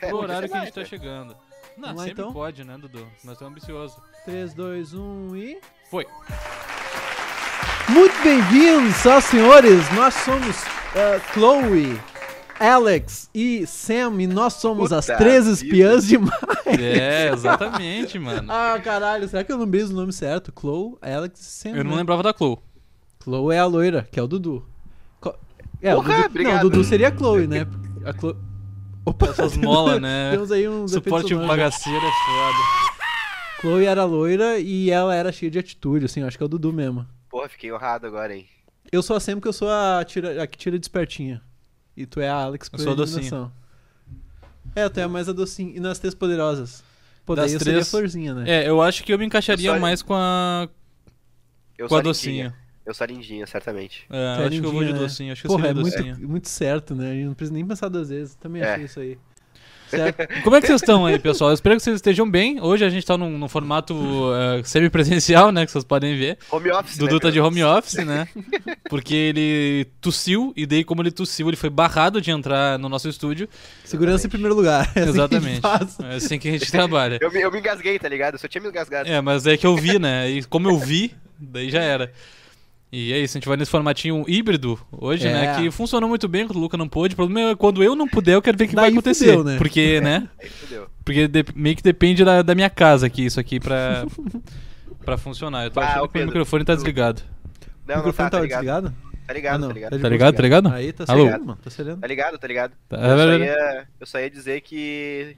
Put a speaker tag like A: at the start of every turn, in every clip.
A: É,
B: no
A: podia
B: horário
A: ser
B: que a
A: mais,
B: gente tá
A: né?
B: chegando. Não,
C: Vamos lá,
B: sempre
C: então?
B: pode, né, Dudu? Nós estamos ambiciosos.
C: 3, 2, 1 e.
B: Foi.
C: Muito bem-vindos, aos senhores! Nós somos ah, Chloe, Alex e Sam, e nós somos
A: Puta
C: as três
A: vida.
C: espiãs de Mike.
B: É, exatamente, mano.
C: Ah, caralho, será que eu lembrei do nome certo? Chloe, Alex e Sam.
B: Eu
C: né?
B: não lembrava da Chloe.
C: Chloe é a loira, que é o Dudu. Co- É,
A: Porra,
C: o Dudu...
A: obrigado.
C: Não, o Dudu seria a Chloe, né? A Chloe... Opa,
B: Essas molas, né?
C: Temos aí um uns efeitos
B: Suporte
C: sonoros.
B: bagaceiro é foda.
C: Chloe era loira e ela era cheia de atitude, assim, eu acho que é o Dudu mesmo.
A: Porra, fiquei honrado agora, hein?
C: Eu sou a Sam porque eu sou a, tira, a que tira despertinha. E tu é a Alex por
B: sou a docinha.
C: eliminação. É, tu é mais a docinha. E nas três poderosas. Pô,
B: Das
C: daí eu seria a
B: três-
C: florzinha, né?
B: É, eu acho que eu me encaixaria
A: Eu só-
B: mais com a,
A: Eu
B: com
A: sou
B: a
A: a
B: docinha.
A: Lindinha. Eu sou a lindinha, certamente.
B: É,
C: Tu é
B: acho que eu vou de
C: lindinha, né?
B: docinha, acho que eu
C: Porra,
B: seria
C: é muito,
B: docinha.
C: muito certo, né? A gente não precisa nem pensar duas vezes. Também
A: É.
C: achei isso aí. Certo.
B: Como é que vocês estão aí, pessoal? Eu espero que vocês estejam bem. Hoje a gente tá num, num formato eh, semi-presencial, né? Que vocês podem ver.
A: Home office,
B: Dudu
A: né,
B: tá de
A: meu?
B: home office, né? Porque ele tossiu, e daí, como ele tossiu, ele foi barrado de entrar no nosso estúdio.
C: Segurança em primeiro lugar. É assim que a gente
B: Exatamente.
C: faz.
B: É assim que a gente trabalha.
A: Eu me, eu me engasguei, tá ligado? Eu só tinha me engasgado.
B: É, mas é que eu vi, né? E como eu vi, daí já era. E é isso, a gente vai nesse formatinho híbrido hoje,
C: É.
B: né? Que funcionou muito bem quando o Luca não pôde. O problema é quando eu não puder, eu quero ver o que vai
C: Daí
B: acontecer.
C: fudeu, né?
B: Porque, né?
A: Aí fudeu.
B: Porque de- meio que depende da, da minha casa aqui, isso aqui pra, pra funcionar. Eu tô
A: Ah,
B: achando
A: ô,
B: que o
A: Pedro,
B: microfone tá
A: tu-
B: desligado.
A: Não,
C: o
A: não
C: microfone
A: tá, tá
C: tava
A: ligado.
C: desligado?
A: Tá ligado,
C: Ah, não.
A: tá ligado.
C: de
B: Tá
C: boa,
B: ligado, tá ligado?
C: Aí tá
B: Alô?
C: sereno, mano. Tá sereno.
A: Tá ligado, tá ligado.
B: Tá-
A: Eu só, ia, eu só ia dizer que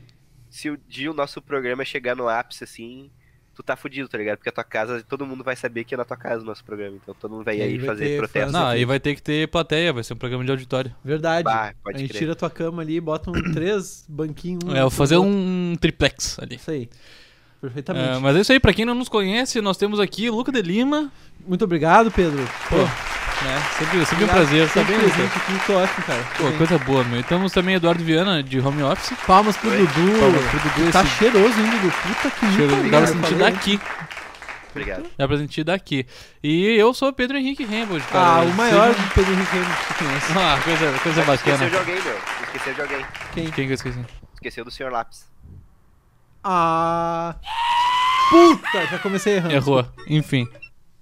A: se o dia o nosso programa chegar no ápice, assim, tu tá fudido, tá ligado? Porque a tua casa, todo mundo vai saber que é na tua casa o nosso programa. Então todo mundo vai
C: E aí
A: aí
C: vai
A: fazer
C: ter
A: protesto.
B: Não, aí vai ter que ter plateia, vai ser um programa de auditório.
C: Verdade.
A: Bah,
C: a
A: pode
C: gente
A: crer.
C: tira a tua cama ali e bota um três banquinhos.
B: É, eu vou fazer um triplex ali.
C: Isso aí. Perfeitamente.
B: É, mas é isso aí, pra quem não nos conhece, nós temos aqui Luca de Lima,
C: Muito obrigado, Pedro. Pô,
B: né? Sempre, sempre um
C: obrigado.
B: prazer, tá
C: Sempre
B: bem, Luca?
C: presente aqui, tô ótimo, cara.
B: Pô,
C: Bem.
B: coisa boa, meu. E Temos também Eduardo Viana, de home office.
C: Palmas pro
A: Oi.
C: Dudu.
B: Palmas pro Dudu,
C: Tá
B: esse-
C: cheiroso, hein, Dudu? Puta que
B: Cheiro-
C: pariu,
B: Dá pra
C: cara,
B: sentir
C: falei.
B: daqui.
A: Obrigado.
B: Dá pra sentir daqui. E eu sou Pedro Henrique Rambo, cara.
C: Ah, o maior
B: Seja- um-
C: do Pedro Henrique Henrique que conhece.
B: Ah, coisa, coisa
A: Mas tu esqueceu de
B: bacana.
A: alguém, meu. Tu Esqueceu de alguém.
C: Quem?
B: Quem que eu esqueci?
A: Tu Esqueceu do senhor Lápis.
C: Ah. Puta, já comecei errando.
B: Errou. Enfim.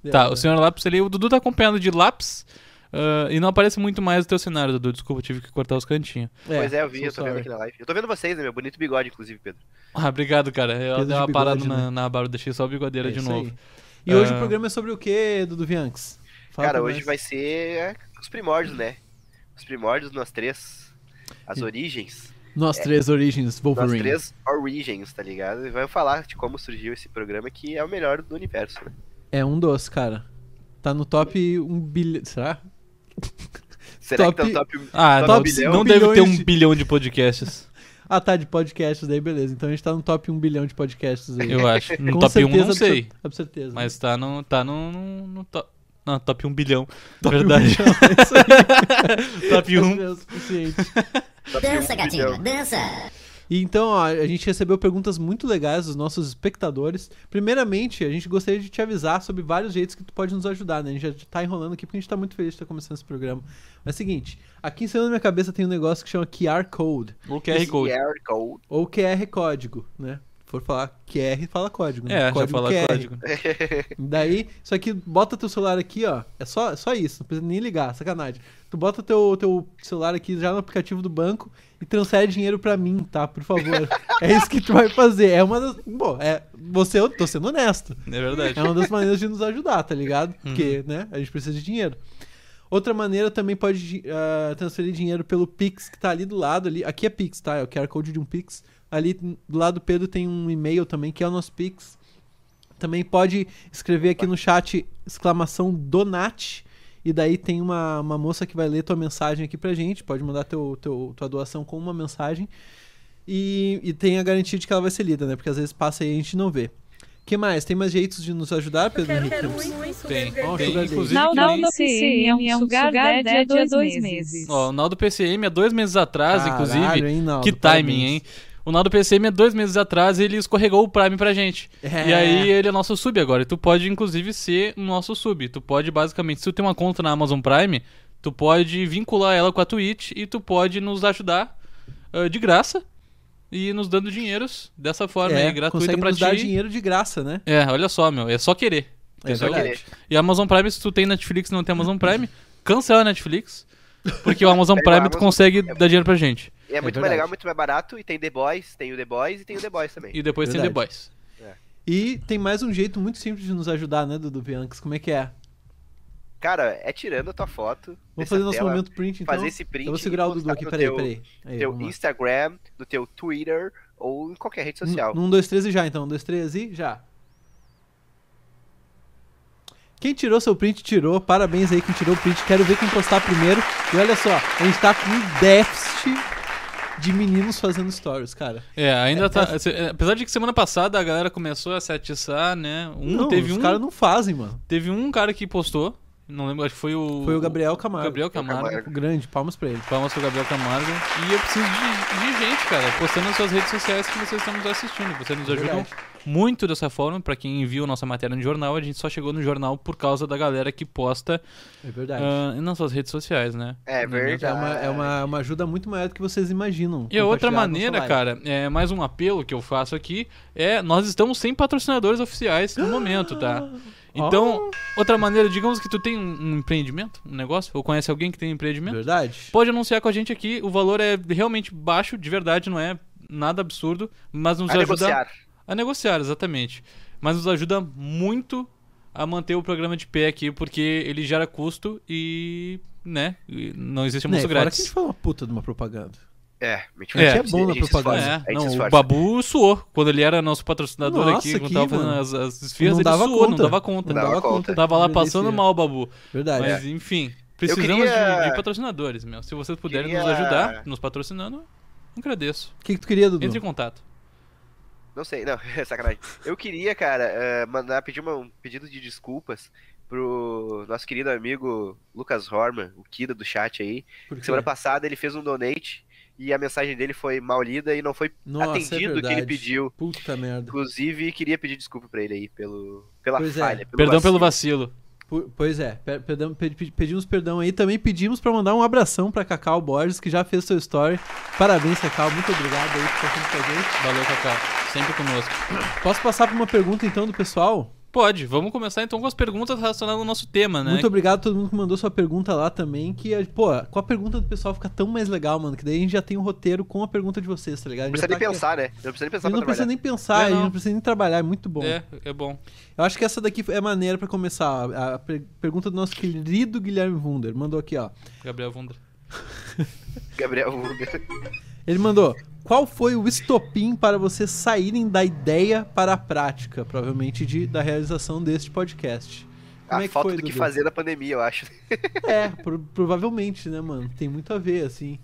C: Deu,
B: Tá,
C: né?
B: o senhor Lápis ali, o Dudu tá acompanhado de lápis. ah, e não aparece muito mais o teu cenário, Dudu. Desculpa, eu tive que cortar os cantinhos.
A: pois é, eu vi,
C: sou
A: eu tô vendo
C: sorry.
A: aqui na live. Eu tô vendo vocês, né, meu? Bonito bigode, inclusive, Pedro.
B: Ah, obrigado, cara. Eu
C: Pedro
B: dei
C: de
B: uma parada
C: bigode, né?
B: na, na barba, deixei só a bigodeira
C: É
B: de
C: isso
B: novo.
C: aí. E hoje
B: Ah.
C: o programa é sobre o que, Dudu Vianques? Fala
A: Cara,
C: pra
A: hoje
C: nós.
A: vai ser é, os primórdios, né? Os primórdios, nós três. As origens.
C: Nós três origens,
A: é. Nós
C: Wolverine.
A: três Origins, tá ligado? E vai falar de como surgiu esse programa que é o melhor do universo, né?
C: É um dos, cara. Tá no top 1 bilhão. Será?
A: Será
C: Top-
A: que tá no top
B: Ah,
A: Top
B: não,
A: bilhão.
B: não deve ter um
C: Bilhões de-
B: bilhão de podcasts,
C: Ah, tá, de podcasts daí, beleza. Então a gente tá no top 1 bilhão de podcasts aí.
B: eu acho. No
C: Com
B: top 1
C: certeza,
B: não sei,
C: absolu- Com certeza.
B: mas tá no, tá no, no, no top... Não, top 1 bilhão,
C: Top um
B: verdade.
C: bilhão, é isso
B: top
C: aí,
B: 1.
C: é o suficiente.
A: top
D: Dança,
A: um
D: gatinho,
A: bilhão?
D: dança.
C: E então, ó, a gente recebeu perguntas muito legais dos nossos espectadores. Primeiramente, a gente gostaria de te avisar sobre vários jeitos que tu pode nos ajudar, né? A gente já tá enrolando aqui porque a gente tá muito feliz de estar começando esse programa. Mas é o seguinte, aqui em cima da minha cabeça tem um negócio que chama QR Code.
B: O QR Code.
A: QR Code.
C: Ou QR código, né? Se for falar QR, fala código. Né?
B: É, já falar código.
C: Daí, isso aqui, bota teu celular aqui, ó. É só, só isso, não precisa nem ligar, sacanagem. Tu bota teu, teu celular aqui já no aplicativo do banco e transfere dinheiro pra mim, tá? Por favor. é isso que tu vai fazer. É uma das. Bom, é. Você, eu tô sendo honesto.
B: É verdade.
C: É uma das maneiras de nos ajudar, tá ligado? Porque, né, a gente precisa de dinheiro. Outra maneira também pode ah, transferir dinheiro pelo Pix, que tá ali do lado ali. Aqui é Pix, tá? É o QR Code de um Pix. Ali do lado do Pedro tem um e-mail também, que é o nosso Pix. Também pode escrever aqui no chat exclamação Donate. E daí tem uma, uma moça que vai ler tua mensagem aqui pra gente. Pode mandar teu, teu, tua doação com uma mensagem. E, e tem a garantia de que ela vai ser lida, né? Porque às vezes passa e a gente não vê. que mais? Tem mais jeitos de nos ajudar, Pedro Henrique?
B: Tem,
C: Ó,
B: tem,
C: sugar
B: inclusive,
E: Não,
B: que
E: não,
B: nem-
E: não sei, é um sugar daddy há dois meses.
B: Ó, o Naldo PCM há é dois meses atrás, inclusive.
C: hein, Naldo?
B: que timing, hein? O Naldo PCM há é dois meses atrás ele escorregou o Prime pra gente.
C: É.
B: E aí ele é nosso sub agora. E tu pode, inclusive, ser um nosso sub. Tu pode, basicamente, se tu tem uma conta na Amazon Prime, tu pode vincular ela com a Twitch e tu pode nos ajudar ah, de graça. e nos dando dinheiros dessa forma aí, gratuita
C: É, consegue
B: pra
C: nos dar
B: ti.
C: dinheiro de graça, né?
B: É, olha só, meu, é só querer.
C: É
B: entendeu?
C: verdade.
B: E Amazon Prime, se tu tem Netflix e não tem Amazon Prime, cancela a Netflix. Porque o Amazon
A: Pega o
B: Prime tu
A: Amazon-
B: consegue dar dinheiro pra gente.
A: E é, muito
C: verdade.
A: mais legal, muito mais barato. E tem The Boys, tem o The Boys e tem o The Boys também.
B: E depois tem The
C: Verdade.
B: Boys.
C: E tem mais um jeito muito simples de nos ajudar, né, Dudu Bianques? Como é que é?
A: Cara, é tirando a tua foto. dessa
C: Vamos fazer nosso
A: tela,
C: momento print, então.
A: Fazer esse print.
C: Eu vou segurar
A: e
C: o Dudu
A: postar
C: aqui,
A: no
C: peraí,
A: teu-
C: peraí. Aí,
A: teu
C: É, vamos lá.
A: Instagram, no teu Twitter ou em qualquer rede social.
C: Um, dois, três e já, então. Um, dois, três e já. Quem tirou seu print, tirou. Parabéns aí quem tirou o print. Quero ver quem postar primeiro. E olha só, a gente tá com um déficit de meninos fazendo stories, cara.
B: É, ainda
C: É,
B: tá. se- é, Apesar de que semana passada a galera começou a se atiçar, né? Um
C: não,
B: teve
C: os
B: um.
C: caras não fazem, mano.
B: Teve um cara que postou. Não lembro, acho que foi o.
C: Foi o Gabriel Camargo. É
B: Gabriel Camargo.
A: Camargo.
C: Grande, palmas pra ele.
B: Palmas pro Gabriel Camargo. E eu preciso de, de gente, cara, postando nas suas redes sociais que vocês estão nos assistindo. Vocês nos ajudam
C: É Verdade.
B: muito dessa forma. Pra quem viu nossa matéria no jornal, a gente só chegou no jornal por causa da galera que posta
C: É verdade.
B: ah, nas suas redes sociais, né?
A: É verdade.
C: É, uma, é uma, uma ajuda muito maior do que vocês imaginam.
B: E a outra
C: Compartilhar nosso
B: maneira,
C: like.
B: cara, é mais um apelo que eu faço aqui, é nós estamos sem patrocinadores oficiais no momento, tá? Então,
C: Oh.
B: outra maneira, digamos que tu tem um, um empreendimento, um negócio, ou conhece alguém que tem um empreendimento,
C: Ah, é Verdade?
B: pode anunciar com a gente aqui, o valor é realmente baixo, de verdade, não é nada absurdo, mas nos
A: A
B: ajuda
A: negociar.
B: a negociar, exatamente. Mas nos ajuda muito a manter o programa de pé aqui, porque ele gera custo e, né, e não existe
C: Né,
B: almoço
C: fora que a
B: grátis.
C: gente foi uma puta de uma propaganda.
A: É, a gente
B: É.
A: vai-
B: É
C: bom na
A: a gente se
C: propaganda.
A: esforça,
B: É,
A: a gente
B: não,
A: se
B: o
A: esforça.
B: Babu suou. Quando ele era nosso patrocinador
C: Nossa,
B: aqui, quando
C: que,
B: tava fazendo
C: mano.
B: as, as esfias,
C: Não
B: ele
C: dava
B: suou, não
C: conta. É.
B: dava conta.
A: Não dava conta.
B: Tava lá
C: Merecia.
B: passando mal, Babu.
C: Verdade.
B: Mas, enfim, precisamos
A: queria-
B: de, de patrocinadores, meu. Se vocês puderem nos
A: Queria-
B: ajudar, nos patrocinando, agradeço.
C: O que, que tu queria, Dudu?
B: Entre em contato.
A: Não sei, não, é sacanagem. Eu queria, cara, eh, mandar pedir uma- um pedido de desculpas pro nosso querido amigo Lucas Horman, o Kida do chat aí.
C: Por quê?
A: Semana passada ele fez um donate e a mensagem dele foi mal lida e não foi
C: Nossa, é
A: atendido o que
C: verdade.
A: ele pediu.
C: Puta merda.
A: Inclusive, queria pedir desculpa pra ele aí pelo, pela
C: Pois é.
A: falha.
B: Perdão pelo
A: vacilo.
B: vacilo.
C: Pu- Pois é, pe- perdão- pe- pe- pedimos perdão aí. Também pedimos pra mandar um abração pra Cacau Borges, que já fez seu story. Parabéns, Cacau. Muito obrigado aí por estar junto com a gente.
B: Valeu, Cacá. Sempre conosco.
C: Posso passar pra uma pergunta então do pessoal?
B: Pode, vamos começar então com as perguntas relacionadas ao nosso tema, né?
C: Muito obrigado a todo mundo que mandou sua pergunta lá também. Que, é- pô, com a pergunta do pessoal fica tão mais legal, mano. Que daí a gente já tem um roteiro com a pergunta de vocês, tá ligado? A
A: Não
C: gente
A: precisa nem
C: já tá aqui-
A: pensar, né? Não precisa nem
C: A
A: pensar
C: gente
A: pra
C: não precisa
A: trabalhar.
C: nem pensar, a
B: É,
C: gente
B: não.
C: não precisa nem trabalhar, é muito bom.
B: É, é bom.
C: Eu acho que essa daqui é maneira pra começar. A a per- pergunta do nosso querido Guilherme Wunder mandou aqui, ó.
B: Gabriel Wunder.
A: Gabriel.
C: Ele mandou: Qual foi o estopim para vocês saírem da ideia para a prática, provavelmente de, da realização deste podcast? Como
A: a
C: é que
A: falta
C: foi,
A: do que
C: Dudu?
A: fazer na pandemia, eu acho.
C: É, pro- provavelmente, né, mano? Tem muito a ver, assim.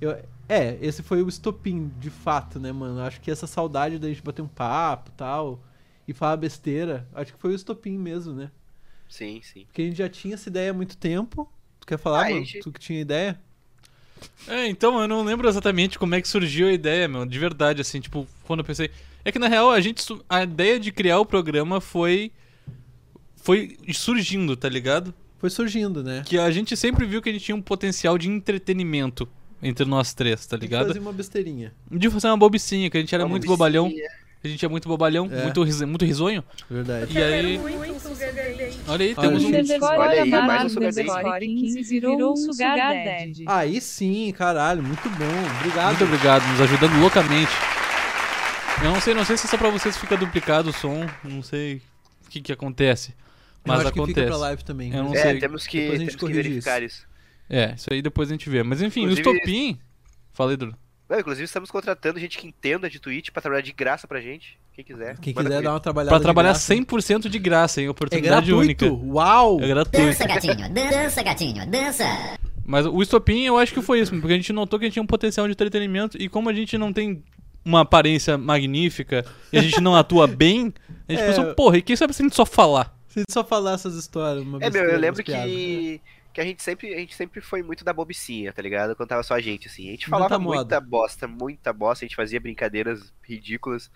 C: Eu- é, esse foi o estopim, de fato, né, mano? Acho que essa saudade da gente bater um papo tal, e falar besteira, acho que foi o estopim mesmo, né?
A: Sim, sim.
C: Porque a gente já tinha essa ideia há muito tempo. Tu quer falar,
A: Ah, a
C: mano?
A: gente-
C: Tu que tinha ideia?
B: É, então eu não lembro exatamente como é que surgiu a ideia, meu. De verdade, assim, tipo, quando eu pensei. É que na real a gente. su- A ideia de criar o programa foi. Foi surgindo, tá ligado?
C: Foi surgindo, né?
B: Que a gente sempre viu que a gente tinha um potencial de entretenimento entre nós três, tá ligado?
C: Fazer uma besteirinha.
B: De fazer uma bobicinha, que a gente era
A: Uma
B: muito
A: bobicinha.
B: bobalhão. A gente é muito bobalhão,
C: É.
B: muito, ris- muito risonho.
C: Verdade.
B: E aí. Olha aí,
E: Então,
C: Olha
B: temos
C: aí.
B: um.
E: Underscore
A: Olha aí,
E: Amado
A: mais um Sugar Daddy.
E: underscore 15 virou um Sugar Daddy.
C: Aí sim, caralho, muito bom. Obrigado.
B: Muito obrigado, nos ajudando loucamente. Eu não sei, não sei se é só pra vocês fica duplicado o som, não sei o que que acontece. Mas
C: eu acho que fica
B: acontece.
C: pra live também. né?
B: Eu não
C: mas-
A: é,
B: sei.
A: temos que,
C: Depois a gente
A: temos que
C: corrige
A: verificar isso.
B: É, isso aí depois a gente vê. Mas enfim, o
A: Inclusive-
B: estopim. Falei, Dudu.
A: Não, inclusive, estamos contratando gente que entenda de Twitch pra trabalhar de graça pra gente. Quem quiser.
C: Quem
A: manda
C: quiser dar
A: comigo.
C: uma trabalhada.
B: Pra trabalhar
C: de graça.
B: 100% de graça, hein?
C: É
B: Oportunidade
C: gratuito.
B: única.
C: Uau!
B: É gratuito.
D: Dança, gatinho, dança, gatinho, dança.
B: Mas o estopim eu acho que foi isso, porque a gente notou que a gente tinha um potencial de entretenimento e como a gente não tem uma aparência magnífica e a gente não atua bem, a gente
C: É.
B: pensou, porra, e quem sabe se a gente só falar?
C: Se só falar essas histórias, uma
A: É, meu,
C: besteira,
A: eu
C: umas
A: lembro
C: piadas. né?
A: que, que a, gente sempre, a gente sempre foi muito da bobicinha, tá ligado? Quando tava só a gente, assim. A gente
C: Muita
A: falava
C: moda.
A: muita bosta, muita bosta. A gente fazia brincadeiras ridículas.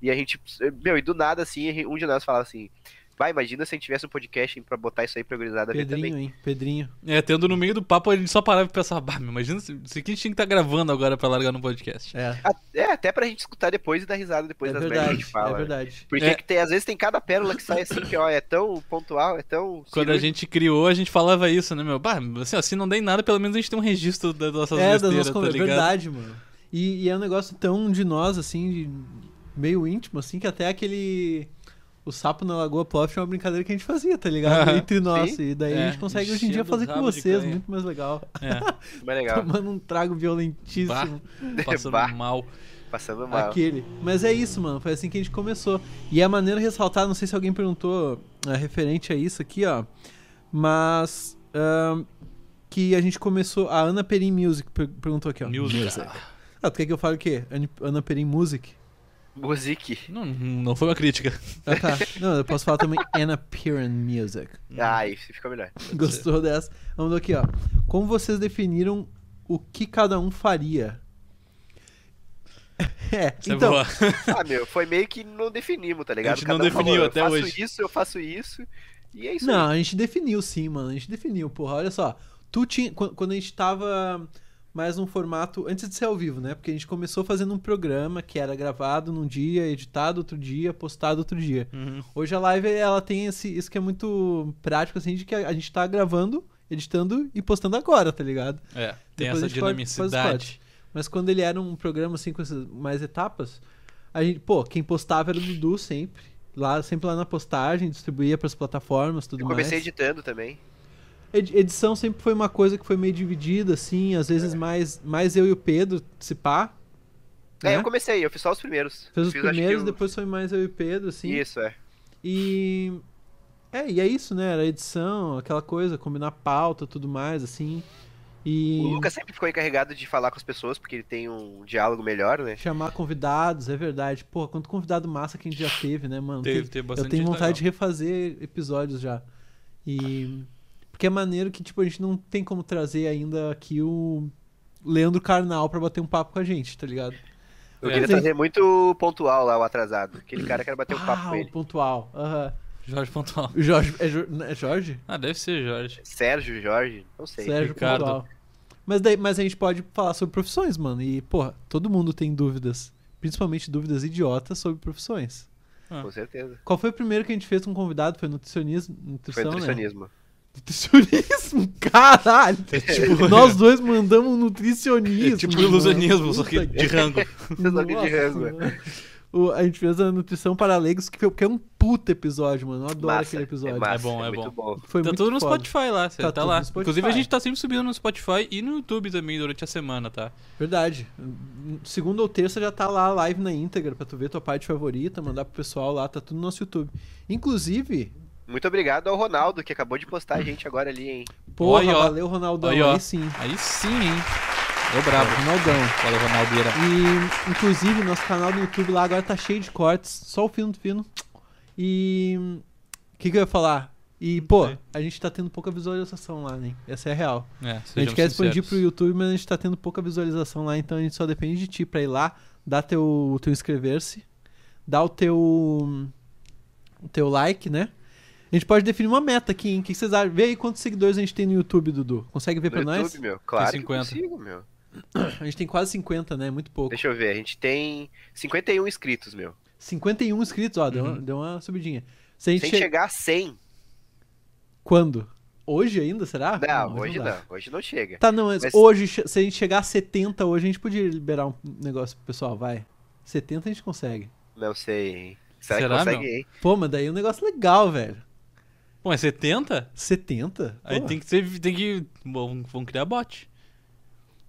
A: E a gente. Meu, e do nada, assim, um de nós falava assim: Vai, imagina se a gente tivesse um podcast pra botar isso aí pra gurizada ver também.
C: Pedrinho, hein? Pedrinho.
B: É, tendo no meio do papo, a gente só parava e pensava, bah, meu, imagina se, se que a gente tinha que estar gravando agora pra largar no podcast.
C: É,
A: A- É, até pra gente escutar depois e dar risada depois
C: é
A: das merdas que a
C: verdade.
A: gente fala.
C: é
A: né?
C: verdade.
A: Porque
B: É.
A: que tem, às vezes tem cada pérola que sai assim, que ó, é tão pontual, é tão.
B: Quando a gente criou, a gente falava isso, né, meu? Bah, assim, ó, se não der em nada, pelo menos a gente tem um registro das nossas
C: É, das
B: besteiras,
C: nossas
B: tá
C: conversas.
B: ligado?
C: verdade, mano. E, e é um negócio tão de nós, assim, de- meio íntimo, assim, que até aquele. O sapo na Lagoa Plof é uma brincadeira que a gente fazia, tá ligado?
B: Aham.
C: Entre nós.
A: Sim.
C: E daí
B: É,
C: a gente consegue hoje em dia
B: enchendo
C: fazer
B: os
C: com
B: rabos de
C: vocês,
B: canha.
C: muito mais legal.
B: É,
A: Mais legal.
C: Tomando um trago violentíssimo.
B: passando
A: Bah.
B: mal.
A: Passando mal.
C: Aquele. Mas é isso, mano. Foi assim que a gente começou. E é maneiro ressaltar, não sei se alguém perguntou é, referente a isso aqui, ó. Mas. ahn, que a gente começou. A Ana Perim Music per- perguntou aqui, ó.
B: Music.
C: Ah, tu quer que eu fale o quê? Ani- Ana Perim Music?
A: Music.
C: é.
B: Não, não foi uma crítica.
C: Ah, tá. Não, eu posso falar também Anna Perim Music.
A: Ah, isso ficou melhor.
C: Gostou dessa? Vamos aqui, ó. Como vocês definiram o que cada um faria? É,
B: Isso é
C: então,
B: boa.
A: Ah, meu, foi meio que não definimos, tá ligado?
B: A gente não
A: Cada um
B: definiu
A: falou,
B: até
A: eu faço
B: hoje.
A: isso, eu faço isso. E é isso
C: Não,
A: aí.
C: a gente definiu sim, mano. A gente definiu, porra. Olha só. Tu tinha. quan- Quando a gente tava mais num formato. Antes de ser ao vivo, né? Porque a gente começou fazendo um programa que era gravado num dia, editado outro dia, postado outro dia.
B: Uhum.
C: Hoje a live, ela tem esse, isso que é muito prático, assim, de que a, a gente tá gravando, editando e postando agora, tá ligado?
B: É, tem
C: Depois a
B: essa
C: gente pode- faz os
B: dinamicidade.
C: cortes. Mas quando ele era um programa, assim, com essas mais etapas, a gente, pô, quem postava era o Dudu sempre. Lá, sempre lá na postagem, distribuía pras plataformas, tudo
A: Eu comecei
C: mais.
A: editando também.
C: Ed- Edição sempre foi uma coisa que foi meio dividida, assim, às vezes mais, mais eu e o Pedro se pá.
A: É,
C: né?
A: eu comecei, eu fiz só os primeiros.
C: Fez os
A: Fiz, acho que
C: primeiros,
A: o-
C: depois foi mais eu e o Pedro, assim.
A: Isso, é.
C: E. É, e é isso, né? Era edição, aquela coisa, combinar pauta, tudo mais, assim. E
A: O Lucas sempre ficou encarregado de falar com as pessoas, porque ele tem um diálogo melhor, né?
C: chamar convidados, é verdade. Porra, quanto convidado massa que a gente já teve, né, mano?
B: Teve,
C: Tem-
B: teve
C: Eu
B: bastante
C: tenho
B: gente
C: vontade de refazer episódios já. E. Porque é maneiro que, tipo, a gente não tem como trazer ainda aqui o Leandro Carnal pra bater um papo com a gente, tá ligado?
A: Eu
B: É.
A: queria
C: Sim. Uhum.
A: trazer muito pontual lá, o atrasado. Aquele cara que era bater um papo
C: Pau,
A: com ele.
C: Ah, pontual. Aham.
B: legal. Jorge Pontual.
C: O Jorge. É, Jor- é Jorge?
B: Ah, deve ser Jorge.
A: Sérgio, Jorge, não sei.
C: Sérgio
B: Ricardo.
C: Pontual. Mas, daí, mas a gente pode falar sobre profissões, mano. E, porra, todo mundo tem dúvidas. Principalmente dúvidas idiotas sobre profissões.
A: Com certeza.
C: Qual foi o primeiro que a gente fez com um convidado? Foi nutricionismo?
A: Foi
C: Nutrição, Né?
A: nutricionismo.
C: Nutricionismo? Caralho!
B: tipo-
C: Nós dois mandamos um nutricionismo.
B: É tipo
C: mano.
B: ilusionismo, só que
C: Puta
B: de rango.
A: Só que de
C: Nossa,
A: rango.
C: mano. O- a gente fez a nutrição para leigos, que, foi- que é um puta episódio, mano. Eu adoro aquele episódio.
A: É, massa,
B: É bom, é
A: muito
B: bom.
C: Foi
B: tá
C: muito
B: tudo no
C: foda.
B: Spotify lá,
C: Tá
B: tá, tá
C: tudo
B: lá.
C: no Spotify.
B: Inclusive a gente tá sempre subindo no Spotify e no YouTube também durante a semana, tá?
C: Verdade. Segunda ou terça já tá lá a live na íntegra pra tu ver tua parte favorita, mandar pro pessoal lá, tá tudo no nosso YouTube. Inclusive,
A: Muito obrigado ao Ronaldo, que acabou de postar a gente agora ali, hein?
C: porra,
B: Olha, ó.
C: valeu Ronaldão, aí,
B: Aí, ó.
C: sim.
B: Aí sim, hein? Ô brabo.
C: Ronaldão.
B: Olha o Ronaldeira.
C: E, inclusive, nosso canal do YouTube lá agora tá cheio de cortes, só o fino do fino. E. O que, que eu ia falar? E, pô,
B: sei.
C: a gente tá tendo pouca visualização lá, né? Essa é a real.
B: É,
C: a gente quer expandir pro YouTube, mas a gente tá tendo pouca visualização lá, então a gente só depende de ti pra ir lá, dar teu, teu inscrever-se, dar o teu, o teu like, né? A gente pode definir uma meta aqui, hein? O que que vocês acham? Vê aí quantos seguidores a gente tem no YouTube, Dudu. Consegue ver
A: No
C: pra
A: YouTube,
C: nós?
A: meu. Claro que
B: 50.
A: consigo, meu.
C: A gente tem quase 50, né? Muito pouco.
A: Deixa eu ver, a gente tem 51 inscritos, meu.
C: 51 inscritos, ó, deu, uma,
B: Uhum.
C: deu uma subidinha. Se a gente
A: Sem
C: che-
A: chegar a 100.
C: Quando? Hoje ainda, será?
A: Não, hoje
C: dá.
A: não. Hoje não chega.
C: Tá, não, mas,
A: Mas-
C: hoje, che- se a gente chegar a 70 hoje, a gente podia liberar um negócio pro pessoal, vai. 70 a gente consegue.
A: Não sei, hein? Será,
B: Será,
A: que consegue,
B: meu?
A: hein?
C: Pô, mas daí é um negócio legal, velho.
B: Pô, é 70?
C: 70? Pô,
B: Aí tem que ser. Tem que. Bom, vamos criar bot.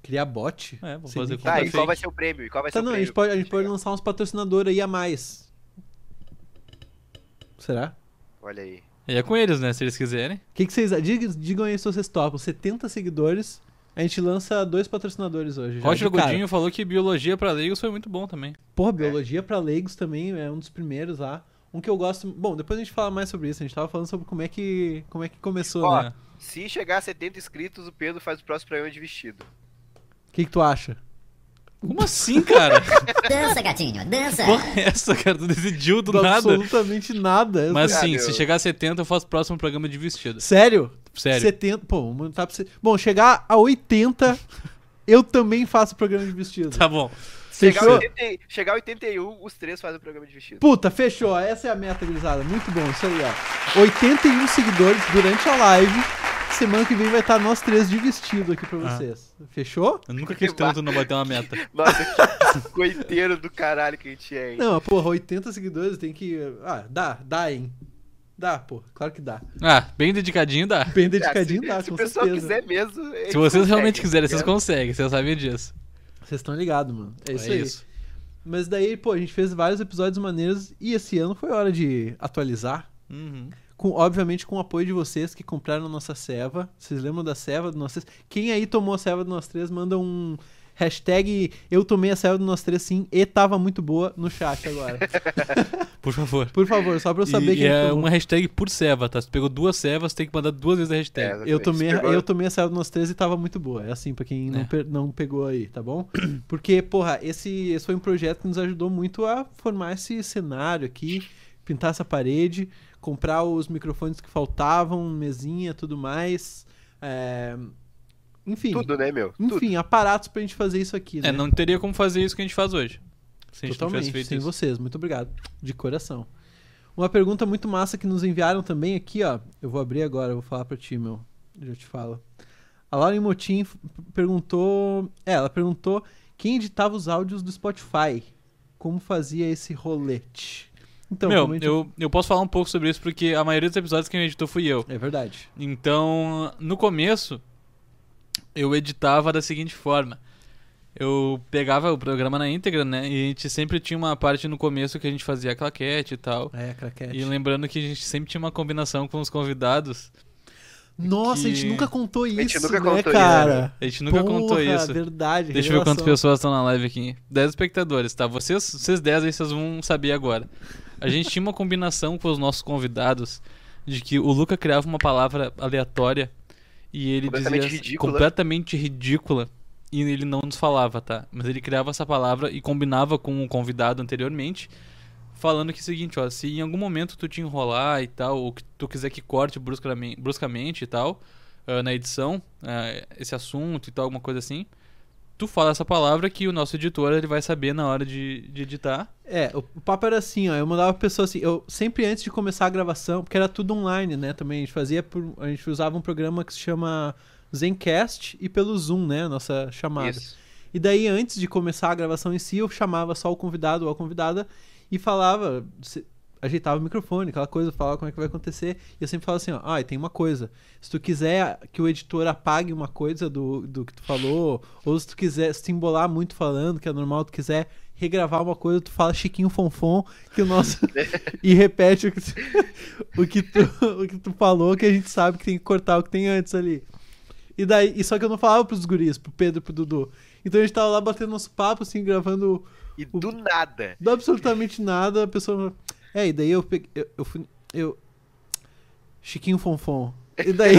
C: criar bot?
B: É, vamos
C: Sim.
B: fazer
C: Tá,
B: com
A: Tá,
B: conta
A: e qual
B: fake.
A: vai ser o prêmio? E qual vai ser
C: Tá,
A: o
C: não, a
A: prêmio?
C: gente pode, a gente pode lançar uns patrocinadores aí a mais. Será?
A: Olha aí.
B: Aí é com eles, né? Se eles quiserem.
C: O que, que vocês. diga- Digam aí se vocês topam. 70 seguidores. A gente lança dois patrocinadores hoje. já,
B: Roger
C: de cara.
B: Godinho falou que biologia pra leigos foi muito bom também.
A: É.
C: Porra, biologia pra leigos também é um dos primeiros lá. Um que eu gosto. Bom, depois a gente fala mais sobre isso. A gente tava falando sobre como é que, como é que começou,
A: Ó.
C: né?
A: Se chegar a 70 inscritos, o Pedro faz o próximo programa de vestido.
C: O que, que tu acha?
B: Como assim, cara?
D: Dança, gatinho, dança.
B: Porra é essa, cara? Tu decidiu do
C: Dá
B: nada.
C: absolutamente nada.
B: Mas
A: Cara,
B: sim,
A: eu-
B: se chegar a 70, eu faço o próximo programa de vestido.
C: Sério?
B: Sério.
C: 70. Pô, vamos aumentar pra. você- Bom, chegar a 80, eu também faço programa de vestido.
B: Tá bom.
A: Chegar
C: Fechou?
A: 80 chegar 81, os três fazem o programa de vestido.
C: Puta, fechou. Essa é a meta, gurizada. Muito bom, isso aí, ó. 81 seguidores durante a live. Semana que vem vai estar nós três de vestido aqui pra
B: Ah.
C: vocês. Fechou?
B: Eu nunca quis tanto não bater uma meta.
A: Nossa, que coiteiro do caralho que a gente é, hein?
C: Não, porra, 80 seguidores tem que. Ah, dá, dá, hein? Dá, pô, claro que dá.
B: Ah, bem dedicadinho dá.
C: Bem
A: Ah, se-
C: dedicadinho, dá,
A: se
C: com
A: o pessoal
C: certeza.
A: quiser mesmo. eles
B: Se vocês realmente
A: conseguem,
B: quiserem,
A: tá
B: vocês
A: ligado?
B: conseguem, vocês sabem disso.
C: Vocês estão ligados, mano. É isso aí. Mas daí, pô, a gente fez vários episódios maneiros e esse ano foi hora de atualizar.
B: Uhum.
C: Com, obviamente com o apoio de vocês que compraram nossa ceva. Vocês lembram da ceva do nós três? Quem aí tomou a ceva do nós três, manda um hashtag eu tomei a ceva do nós três sim e tava muito boa no chat agora.
B: Por favor.
C: Por favor, só pra eu saber
B: e,
C: quem
B: e é
C: tomou.
B: uma hashtag por seva, tá? Se tu pegou duas sevas, tem que mandar duas vezes a
A: É,
B: hashtag.
A: exatamente.
C: Eu tomei,
A: Você pegou-
C: eu tomei a saída do nós três e tava muito boa. É assim, pra quem
B: É.
C: não, pe- não pegou aí, tá bom? Porque, porra, esse, esse foi um projeto que nos ajudou muito a formar esse cenário aqui, pintar essa parede, comprar os microfones que faltavam, mesinha, tudo mais. é, Enfim,
A: Tudo, né, meu? Tudo.
C: enfim, aparatos pra gente fazer isso aqui, né?
B: É, não teria como fazer isso que a gente faz hoje. Se a gente não tivesse
C: Totalmente,
B: feito
C: sem
B: isso.
C: vocês. Muito obrigado, de coração. Uma pergunta muito massa que nos enviaram também aqui, ó. Eu vou abrir agora, eu vou falar pra ti, meu. Já te falo. A Lauren Motim f- perguntou... É, ela perguntou quem editava os áudios do Spotify. Como fazia esse rolete? Então, como
B: Meu,
C: a gente-
B: eu, eu posso falar um pouco sobre isso porque a maioria dos episódios quem editou fui eu.
C: É verdade.
B: Então, no começo, eu editava da seguinte forma. Eu pegava o programa na íntegra, né? E a gente sempre tinha uma parte no começo que a gente fazia claquete e tal.
C: É, craquete.
B: E lembrando que a gente sempre tinha uma combinação com os convidados.
C: Nossa, a
B: que-
C: gente nunca contou isso,
A: gente nunca
C: né,
A: contou isso,
C: cara?
B: A gente nunca contou
C: Porra,
B: isso.
C: verdade.
B: Deixa eu ver quantas
C: revelação.
B: pessoas estão na live aqui. 10 espectadores, tá? Vocês, vocês 10 aí, vocês vão saber agora. A gente tinha uma combinação com os nossos convidados de que o Luca criava uma palavra aleatória e ele
A: Completamente
B: dizia assim,
A: ridícula.
B: completamente ridícula e ele não nos falava, tá? Mas ele criava essa palavra e combinava com o convidado anteriormente, falando que é o seguinte, ó, se em algum momento tu te enrolar e tal, ou que tu quiser que corte bruscamente, bruscamente e tal, ah, na edição, ah, esse assunto e tal, alguma coisa assim, tu fala essa palavra que o nosso editor ele vai saber na hora de, de editar.
C: É, o o papo era assim, ó. Eu mandava pra pessoa assim, eu sempre antes de começar a gravação, porque era tudo online, né? Também a gente fazia por. A gente usava um programa que se chama Zencast e pelo Zoom, né? Nossa chamada.
A: Isso.
C: E daí, antes de começar a gravação em si, eu chamava só o convidado ou a convidada e falava, se- ajeitava o microfone, aquela coisa, falava como é que vai acontecer. E eu sempre falava assim, ó, ah, e tem uma coisa. Se tu quiser que o editor apague uma coisa do, do que tu falou, ou se tu quiser se tu embolar muito falando, que é normal, tu quiser regravar uma coisa, tu fala Chiquinho Fonfon, que o nosso... e repete o que, tu, o, que tu, o que tu falou, que a gente sabe que tem que cortar o que tem antes ali. E daí, e só que eu não falava pros guris, pro Pedro e pro Dudu. Então a gente tava lá batendo nosso papo, assim, gravando
A: E do nada.
C: do absolutamente nada, a pessoa. É, e daí eu peguei. Eu, eu fui. Eu. Chiquinho Fonfon. E daí.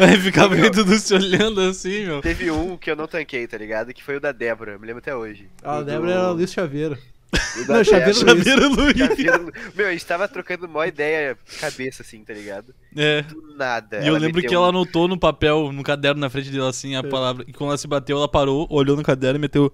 B: Aí ficava aí tudo se olhando assim, meu.
A: Teve um que eu não tanquei, tá ligado? Que foi o da Débora, eu me lembro até hoje.
C: Ah, a
A: O do-
C: Débora era Luiz Chaveiro.
A: o da
C: Não, Chaveiro
A: Débora.
C: Luiz.
B: Chaveiro Luiz.
A: Chaveiro- Meu, a gente tava trocando mó ideia cabeça, assim, tá ligado?
B: É.
A: Do nada.
B: E eu lembro
A: meteu um
B: que ela anotou no papel, no caderno na frente dela, assim, a
C: É.
B: palavra. E quando ela se bateu, ela parou, olhou no caderno e meteu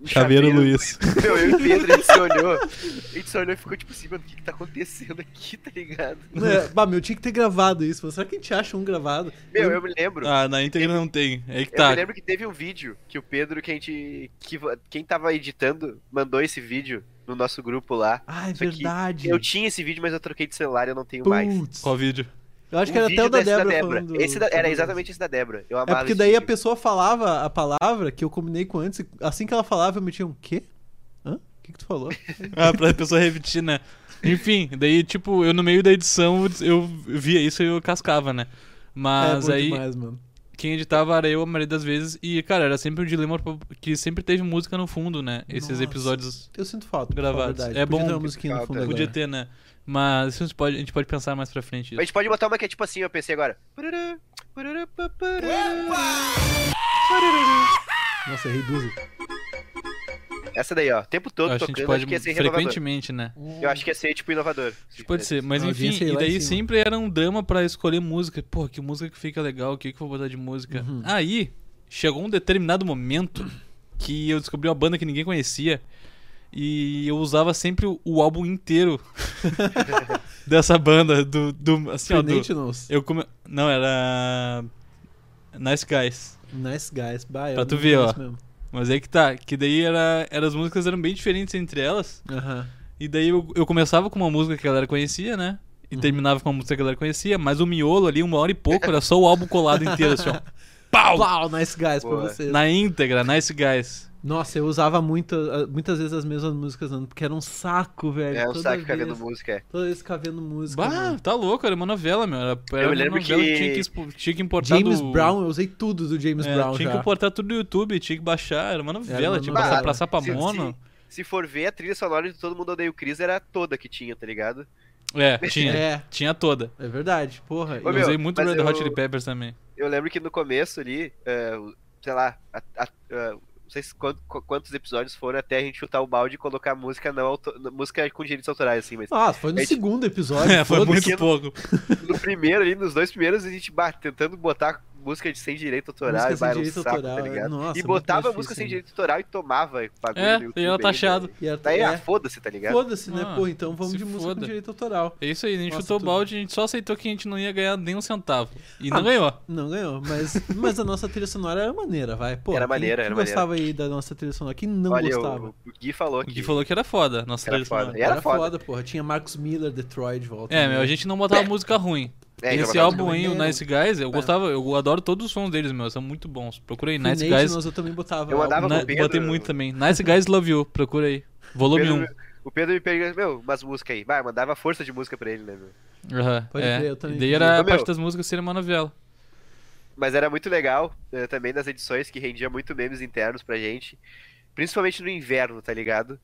A: um
B: Chaveiro Luiz.
A: Meu, eu e o Pedro, a gente se olhou. A gente se olhou e ficou tipo assim, mano, o que que tá acontecendo aqui, tá ligado?
C: É, bah, meu, tinha que ter gravado isso. Será que a gente acha um gravado?
A: Meu, eu me lembro.
B: Ah, na íntegra não tem. É aí que
A: Eu
B: tá.
A: me lembro que teve um vídeo que o Pedro, que a gente. Que, quem tava editando, mandou esse vídeo no nosso grupo lá.
C: Ah, é
A: Isso aqui.
C: verdade.
A: Eu tinha esse vídeo, mas eu troquei de celular e eu não tenho mais.
C: Putz.
B: Qual vídeo?
C: Eu acho
A: Um
C: que era até
A: vídeo
C: o da
A: desse
C: Débora.
A: Débora.
C: falando
A: Esse da- era
C: sobre-
A: exatamente esse da Débora. Eu
C: É
A: amava
C: porque
A: esse
C: daí a
A: vídeo.
C: pessoa falava a palavra que eu combinei com antes, e assim que ela falava, eu metia um quê? Hã? O que, que tu falou?
B: Ah, pra pessoa repetir, né? Enfim, daí, tipo, eu no meio da edição, eu via isso e eu cascava, né? Mas
C: é, bom
B: aí,
C: demais, mano.
B: quem editava era eu a maioria das vezes. E, cara, era sempre um dilema pra- que sempre teve música no fundo, né? Esses
C: Nossa.
B: episódios
C: Eu sinto falta. pra
B: Gravados.
C: falar a verdade.
B: É
C: Podia
B: bom
C: ter uma
B: que
C: musiquinha no
A: falta.
C: fundo agora.
B: podia ter, né? Mas isso a gente pode, a gente pode pensar mais pra frente.
A: A gente pode botar uma que é tipo assim, eu pensei agora. Parará, parará, pá, parará.
C: Nossa, errei duas.
A: Essa daí, ó. O tempo todo
B: Acho que a
A: tocando,
B: gente
A: acho que ia ser
B: pode
A: renovador.
B: frequentemente, né?
A: Eu acho que ia ser, tipo, inovador.
B: Acho que Pode ser, mas
C: A
B: enfim,
C: audiência ia
B: e
C: lá em
B: daí
C: cima.
B: sempre era um drama pra escolher música. Pô, que música que fica legal, o que, que eu vou botar de música.
C: Uhum.
B: Aí, chegou um determinado momento que eu descobri uma banda que ninguém conhecia e eu usava sempre o, o álbum inteiro dessa banda, do, do
A: é
B: assim, ó, do-
C: Sentinels.
B: eu come... Não, era Nice Guys.
C: Nice guys. Bah, eu
B: Pra tu
C: não
B: ver, ó.
C: conheço mesmo.
B: Mas é que tá, que daí era, era, as músicas eram bem diferentes entre elas.
C: Aham.
B: E daí eu, eu começava com uma música que a galera conhecia, né?
C: Uhum.
B: E terminava com uma música que a galera conhecia, mas o miolo ali, uma hora e pouco, era só o álbum colado inteiro, assim, ó. Pau!
C: Uau, nice guys
A: Boa.
C: pra vocês.
B: Na íntegra, Nice Guys.
C: Nossa, eu usava muito, ah, muitas vezes as mesmas músicas, mano, porque era um saco, velho.
A: É um
C: Toda
A: saco ficar
C: vez-
A: vendo música. é.
C: Toda vez ficar vendo música.
B: Bah,
C: mano.
B: tá louco, era uma novela, meu. Era, era
A: Eu
B: uma
A: lembro
B: novela
A: que-
B: tinha que, expo- tinha que importar
C: James
B: do...
C: Brown, eu usei tudo do James
B: É,
C: Brown
B: tinha que
C: já.
B: importar tudo do YouTube, tinha que baixar, era uma novela,
C: Era uma
B: tinha que
C: novela.
B: passar pra Sapa
A: Se- se-
B: Mono.
A: Se for ver, a trilha sonora de Todo Mundo Odeia o Chris era toda que tinha, tá ligado?
B: É, tinha.
C: É,
B: Tinha toda.
C: é verdade, porra.
A: Ô,
B: Eu
C: E-
A: meu,
B: usei muito
A: mas
B: Red Hot
A: eu-
B: Chili Peppers também.
A: Eu lembro que no começo ali, eh, o- sei lá, a- a- a- não sei se quant- qu- quantos episódios foram até a gente chutar o balde e colocar música não auto- música com direitos autorais, assim, mas
C: Nossa, foi no
A: Gente-
C: segundo episódio.
B: É, foi
C: foda-se.
B: muito pouco.
A: no primeiro ali, nos dois primeiros, a gente bah, tentando botar música de sem direito autoral,
C: Música
A: e
C: sem
A: bah, era um
C: direito
A: saco,
C: autoral, é,
A: tá ligado?
C: nossa,
A: e
C: muito
A: botava
C: mais
A: música
C: difícil,
A: sem
C: né?
A: direito autoral e tomava bagulho
B: É,
A: no YouTube
B: e ela
A: ainda.
B: tá achado.
C: E era-
A: né? Daí, ah,
C: é,
A: foda-se, tá ligado?
C: Foda-se, né?
B: Ah,
C: Pô, então vamos
B: se
C: de música
B: foda.
C: com direito autoral.
B: É isso aí, a gente
C: Nossa,
B: chutou o
C: tudo.
B: balde, a gente só aceitou que a gente não ia ganhar nem um centavo. E
C: Ah,
B: não ganhou.
C: Não ganhou, mas, mas a nossa trilha sonora era maneira, vai. Pô,
A: Era
C: quem-
A: maneira,
C: quem
A: era maneira.
C: gostava aí da nossa trilha sonora? Quem não
A: Olha,
C: gostava?
A: o, o Gui falou
B: O
A: que,
B: Gui falou que era foda, nossa
A: Era
B: trilha
A: foda.
B: sonora.
A: E era foda.
C: porra. Tinha Marcos Miller, Detroit, de volta.
B: É,
C: né?
B: meu, a gente não botava música ruim.
A: É,
B: Esse
A: jogava-
B: álbum aí, o
C: maneiro.
B: Nice Guys,
A: É.
B: eu gostava, eu adoro todos os sons deles, meu, são muito bons. Procura aí,
C: Fui
B: Nice
C: Nate,
B: Guys.
C: nós eu também botava.
A: Eu
C: lá.
A: andava-
B: Na-
A: com o Pedro.
B: botei muito também. Nice Guys Love You, procura aí.
A: o
B: Volume
A: Pedro,
B: 1.
A: o Pedro me perguntou, meu, umas músicas aí. Vai, mandava força de música pra ele, né, meu?
B: Aham,
C: Pode
B: é.
C: crer, eu também
B: E daí
C: fiz.
B: era a
A: Ô, meu.
B: parte das músicas ser uma novela.
A: Mas era muito legal eh, também nas edições que rendia muito memes internos pra gente. Principalmente no inverno, tá ligado?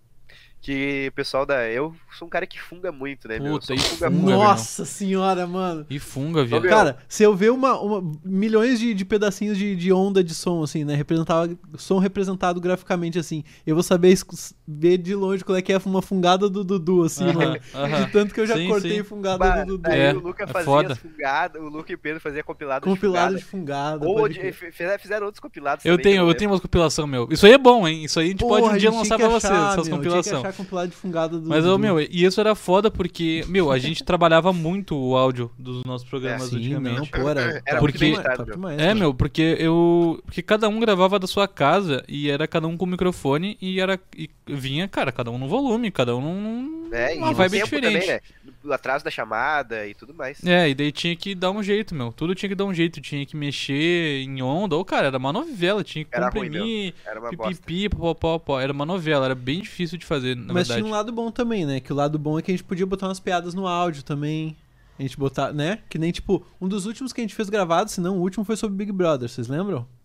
A: Que o pessoal da. Eu sou um cara que funga muito, né, meu? Eu
B: Puta,
A: sou
B: e
A: funga
B: funga,
A: muito.
C: Nossa senhora, mano.
B: E funga,
A: Ô, meu.
B: viu?
C: Cara, se eu ver uma, uma- milhões de, de pedacinhos de, de onda de som, assim, né? Representava, som representado graficamente, assim. Eu vou saber escu- ver de longe qual é que é uma fungada do Dudu, assim,
B: Aham,
C: mano.
B: aham.
C: De tanto que eu já
B: Sim,
C: cortei
B: sim.
C: fungada
A: Bah,
C: do Dudu.
A: aí
B: É,
A: o Luca
B: é
A: fazia
B: foda.
A: as fungadas, o Luca e o Pedro faziam compilado,
C: Compilado
A: de
C: de fungada.
A: fungada. Ou
C: pode
A: de-
C: crer.
A: fiz- fizeram outros compilados
B: Eu
A: também, né, que
B: tenho, eu
A: lembro.
B: tenho umas compilação, meu. Isso aí é bom, hein? Isso aí a gente pode
C: Porra,
B: um dia
C: a gente
B: lançar pra
C: tinha que
B: vocês,
C: achar,
B: essas
C: meu, Tinha
B: compilação.
C: que achar compilado de fungada do
B: Mas, ô,
C: do-
B: meu, e isso era foda porque, meu, a gente trabalhava muito o áudio dos nossos programas
A: É,
C: Sim, não,
B: antigamente.
C: pô, era,
A: Era
B: muito bem
A: editado, meu.
C: demais,
B: É, meu, porque eu. Porque cada um gravava da sua casa e era cada um com microfone e era. E vinha, cara, cada um no volume, cada um num.
A: É,
B: uma
A: e no
B: vibe
A: tempo
B: diferente.
A: Também, né? No Atraso da chamada e tudo mais.
B: É, e daí tinha que dar um jeito, meu. Tudo tinha que dar um jeito, tinha que mexer em onda. Ou, cara, era uma novela, tinha que
A: Era ruim,
B: comprimir,
A: Era uma bosta.
B: pipipi, popopó, pó. Era uma novela, era bem difícil de fazer, na
C: Mas
B: verdade.
C: tinha um lado bom também, né? Que o lado bom é que a gente podia botar umas piadas no áudio também. A gente botar, né? Que nem, tipo, um dos últimos que a gente fez gravado, se não, o último foi sobre Big Brother, vocês lembram?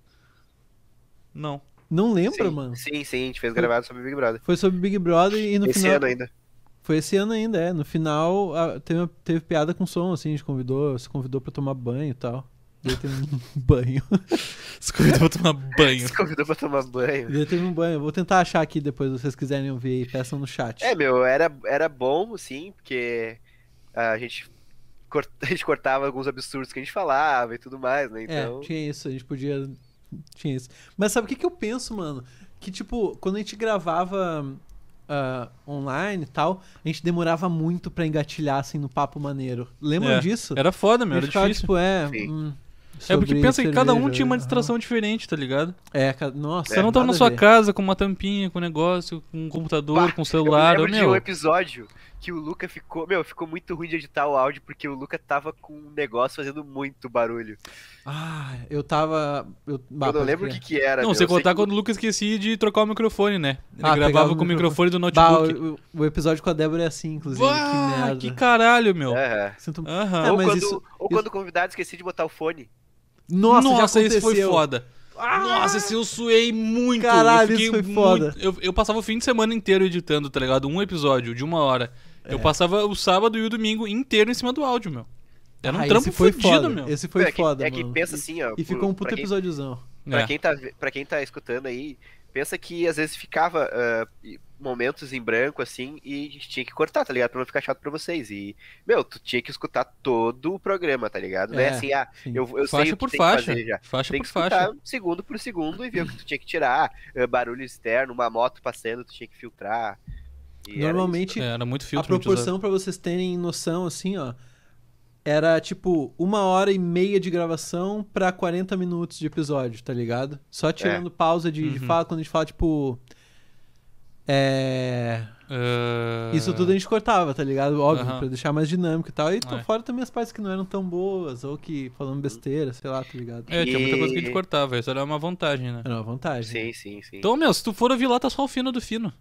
B: Não.
C: Não lembra,
A: sim,
C: mano?
A: Sim, sim, a gente fez gravado sobre Big Brother.
C: Foi sobre Big Brother e no
A: Esse
C: final.
A: ano ainda.
C: Foi esse ano ainda, é. No final a- teve, uma- teve piada com som, assim, a gente convidou, se convidou pra tomar banho e tal. Daí teve um banho.
B: Se convidou pra tomar banho.
A: Se convidou pra tomar banho.
C: Daí teve um banho. Eu vou tentar achar aqui depois, se vocês quiserem ouvir aí, peçam no chat.
A: É, meu, era, era bom, sim, porque ah, a gente, cort- a gente cortava alguns absurdos que a gente falava e tudo mais, né?
C: É,
A: Então.
C: tinha isso, a gente podia. Tinha isso. Mas sabe o que, que eu penso, mano? Que, tipo, quando a gente gravava ah, online e tal, a gente demorava muito pra engatilhar, assim, no papo maneiro. Lembram
B: É,
C: disso?
B: Era foda, meu,
C: a
B: era
C: gente ficava,
B: difícil.
C: tipo, é.
A: Sim.
C: hum,
B: É porque
C: sobre
B: pensa que cada um
C: cerveja, né?
B: tinha uma
C: aham.
B: diferente, diferente, tá ligado?
C: É, ca- nossa.
B: Você não tava na
C: nada a
B: sua
C: ver.
B: casa com uma tampinha, com um negócio, com um
A: Pá,
B: computador, com um
A: Eu
B: celular,
A: me
B: ô,
A: lembro de um
B: meu.
A: episódio que o Luca ficou. Meu, ficou muito ruim de editar o áudio porque o Luca tava com um negócio fazendo muito barulho.
C: Ah, eu tava. Eu, bah,
A: eu não
C: pode
A: lembro o que,
C: crer.
A: que era.
B: Não,
A: meu.
B: você
A: Eu sei
B: contar
A: que-
B: quando o Lucas esquecia de trocar o microfone, né? Ele
C: Ah, pegava
B: gravava
C: o
B: com o microfone do
C: Bah,
B: notebook.
C: o, o episódio com a Débora é assim, inclusive. que
B: Uá,
C: merda.
B: que caralho, meu.
A: Aham.
C: Sinto...
B: Aham.
C: Ah,
A: ou,
C: mas
A: quando,
C: isso-
A: ou quando o convidado esquecia de botar o fone.
C: Nossa, já
B: Nossa,
C: aconteceu. Ah!
B: esse foi foda. Nossa, esse eu suei muito.
C: Caralho,
B: eu
C: isso
B: fiquei
C: foi foda.
B: muito- Eu, eu passava o fim de semana inteiro editando, tá ligado? Um episódio de uma hora.
C: É.
B: Eu passava o sábado e o domingo inteiro em cima do áudio, meu. Era um
C: Ah,
B: trampo
C: esse foi
B: fudido,
C: foda.
B: meu.
C: Esse foi
A: é que,
C: foda,
A: É
C: mano.
A: que pensa assim, ó.
C: E
A: por-
C: ficou um
A: pra
C: puta
A: quem-
C: episódiozão.
A: Pra,
B: É.
A: quem tá, ve- pra quem tá escutando aí, pensa que às vezes ficava ah, e- momentos em branco, assim, e a gente tinha que cortar, tá ligado? Pra não ficar chato pra vocês. E, meu, tu tinha que escutar todo o programa, tá ligado? Não é
C: É,
A: assim, ah,
C: sim.
A: eu, eu sei
B: faixa
A: o que
B: por
A: tem que
B: faixa.
A: fazer já.
B: Faixa
A: Tem
B: por
A: que assim. escutar
B: faixa.
A: segundo por segundo e ver o que tu tinha que tirar. ah, barulho externo, uma moto passando, tu tinha que filtrar. E era isso.
C: Normalmente,
B: É, era muito
C: a
B: filtro. muito usado.
C: proporção, pra vocês terem noção, assim, ó, era tipo uma hora e meia de gravação pra 40 minutos de episódio, tá ligado? Só
A: É.
C: tirando pausa de, de
B: Uhum.
C: fala, quando a gente fala, tipo. É.
B: Ah,
C: Isso tudo a gente cortava, tá ligado? Óbvio,
B: Aham.
C: pra deixar mais dinâmico e tal. E tô
B: É.
C: fora também as partes que não eram tão boas, ou que
A: Uhum.
C: falando besteira, sei lá, tá ligado?
B: É, tinha muita coisa que a gente cortava. Isso era uma vantagem, né?
C: Era uma
A: Sim,
C: vantagem.
A: sim, sim.
B: Então, meu, se tu for ouvir lá, tá só o fino do fino.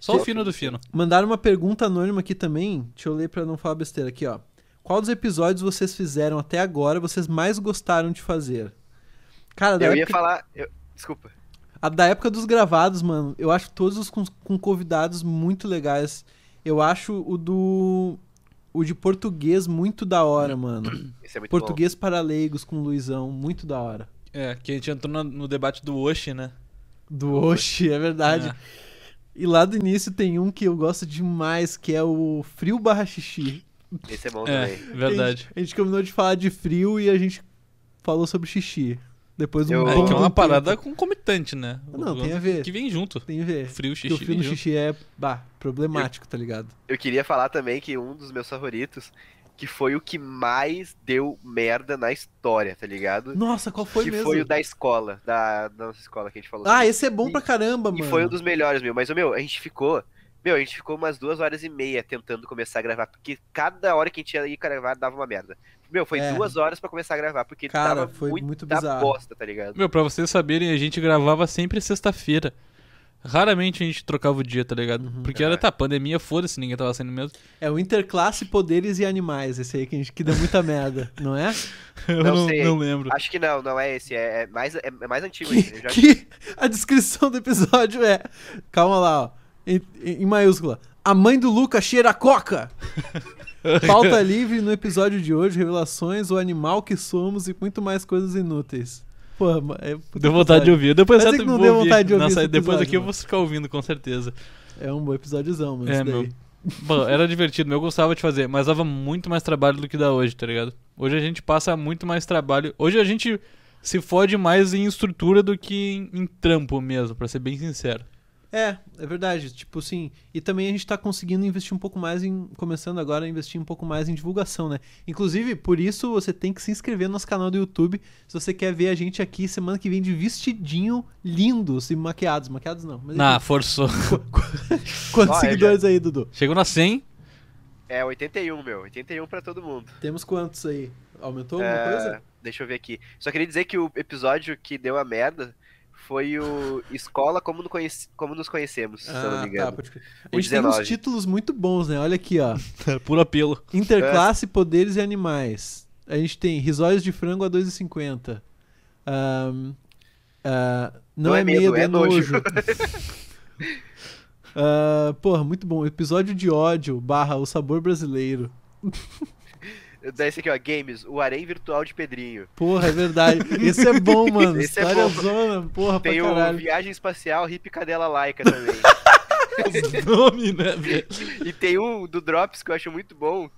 B: Só o fino do fino.
C: Mandaram uma pergunta anônima aqui também. Deixa eu ler pra não falar besteira aqui, ó. Qual dos episódios vocês fizeram até agora vocês mais gostaram de fazer? Cara, da
A: eu ia
C: época,
A: falar. eu- Desculpa.
C: a da época dos gravados, mano, eu acho todos os com, com convidados muito legais. Eu acho o do. O de português muito da hora, mano.
A: Isso é muito bom.
C: Português para leigos com o Luizão, muito da hora.
B: É, que a gente entrou na- no debate do Oshi, né?
C: Do Oxi, é verdade.
B: É.
C: E lá do início tem um que eu gosto demais, que é o frio barra xixi.
A: Esse é bom
B: É,
A: também.
B: verdade.
C: A gente, a gente combinou de falar de frio e a gente falou sobre xixi. Depois um
A: Eu-
C: bom
B: É, que é
C: tempo.
B: uma parada concomitante, né?
C: Não,
B: O-
C: tem a ver.
B: Que vem junto.
C: Tem a ver.
B: Frio,
C: Porque o
B: xixi,
C: frio
B: vem
C: no
B: junto.
C: xixi é bah, problemático, tá ligado?
A: Eu queria falar também que um dos meus favoritos, que foi o que mais deu merda na história, tá ligado?
C: Nossa, qual foi
A: que
C: mesmo?
A: foi o da escola, da, da nossa escola que a gente falou.
C: Ah,
A: sobre.
C: esse é bom pra caramba,
A: e
C: mano.
A: foi um dos melhores, meu. Mas, meu, a gente ficou. Meu, a gente ficou umas duas horas e meia tentando começar a gravar, porque cada hora que a gente ia ir gravar dava uma merda. Meu, foi
C: É.
A: duas horas pra começar a gravar, porque
C: Cara,
A: tava
C: foi
A: muito,
C: muito
A: da
C: bizarro.
A: bosta, tá ligado?
B: Meu, pra vocês saberem, a gente gravava sempre sexta-feira. Raramente a gente trocava o dia, tá ligado?
C: Uhum.
B: Porque era, tá, pandemia, foda-se, ninguém tava saindo mesmo.
C: É o Interclasse Poderes e Animais, esse aí que a gente que dá muita merda, não é?
B: Eu
A: Não
B: não,
A: sei.
B: não lembro.
A: Acho que não, não é esse, é, é mais, é, é mais antigo ainda. Eu já-
C: que a descrição do episódio é. Calma lá, ó. Em, em- em maiúscula. A mãe do Luca cheira a coca! Pauta livre no episódio de hoje, revelações, o animal que somos e muito mais coisas inúteis. Porra, ma- é, puta
B: Deu vontade de
C: episódio.
B: ouvir. Depois
C: Mas
B: eu
C: é que não
B: vou
C: deu vontade de ouvir
B: Nossa,
C: esse
B: depois
C: episódio,
B: aqui eu
C: né?
B: vou ficar ouvindo, com certeza.
C: É um bom episódiozão, mano.
B: É,
C: esse
B: meu.
C: daí.
B: Bom, era divertido, eu gostava de fazer, mas dava muito mais trabalho do que dá hoje, tá ligado? Hoje a gente passa muito mais trabalho. Hoje a gente se fode mais em estrutura do que em, em trampo mesmo, pra ser bem sincero.
C: É, é verdade. Tipo assim, e também a gente tá conseguindo investir um pouco mais em. Começando agora a investir um pouco mais em divulgação, né? Inclusive, por isso você tem que se inscrever no nosso canal do YouTube se você quer ver a gente aqui semana que vem de vestidinho, lindos e maquiados. Maquiados não, mas.
B: Ah,
C: enfim.
B: forçou.
A: Ó,
C: Quantos
A: eu
C: seguidores aí, Dudu?
B: Chegou na 100?
A: É 81, meu. 81 pra todo mundo.
C: Temos quantos aí? Aumentou alguma
A: É,
C: coisa?
A: Deixa eu ver aqui. Só queria dizer que o episódio que deu a merda foi o Escola Como, Nos Conhece- Como Nos Conhecemos, se
B: Ah, tá.
A: eu não me engano.
C: Ah, tá, pode crer. A
A: O
C: gente tem uns
A: 19.
C: títulos muito bons, né? Olha aqui, ó.
B: Puro apelo.
C: Interclasse, poderes e animais. A gente tem risóis de frango a 2,50. Ahn, ah, não, é medo, é nojo. Ah, porra, muito bom. Episódio de ódio barra o sabor brasileiro.
A: Daí esse aqui, ó, Games, o Arém Virtual de Pedrinho.
C: Porra, é verdade. Esse é bom, um mano.
A: Esse é
C: História
A: bom.
C: zona, porra,
A: Tem
C: pra
A: o
C: caralho.
A: Viagem Espacial Hip Cadela Laica também.
B: Nome, né, velho?
A: e tem um do Drops que eu acho muito bom,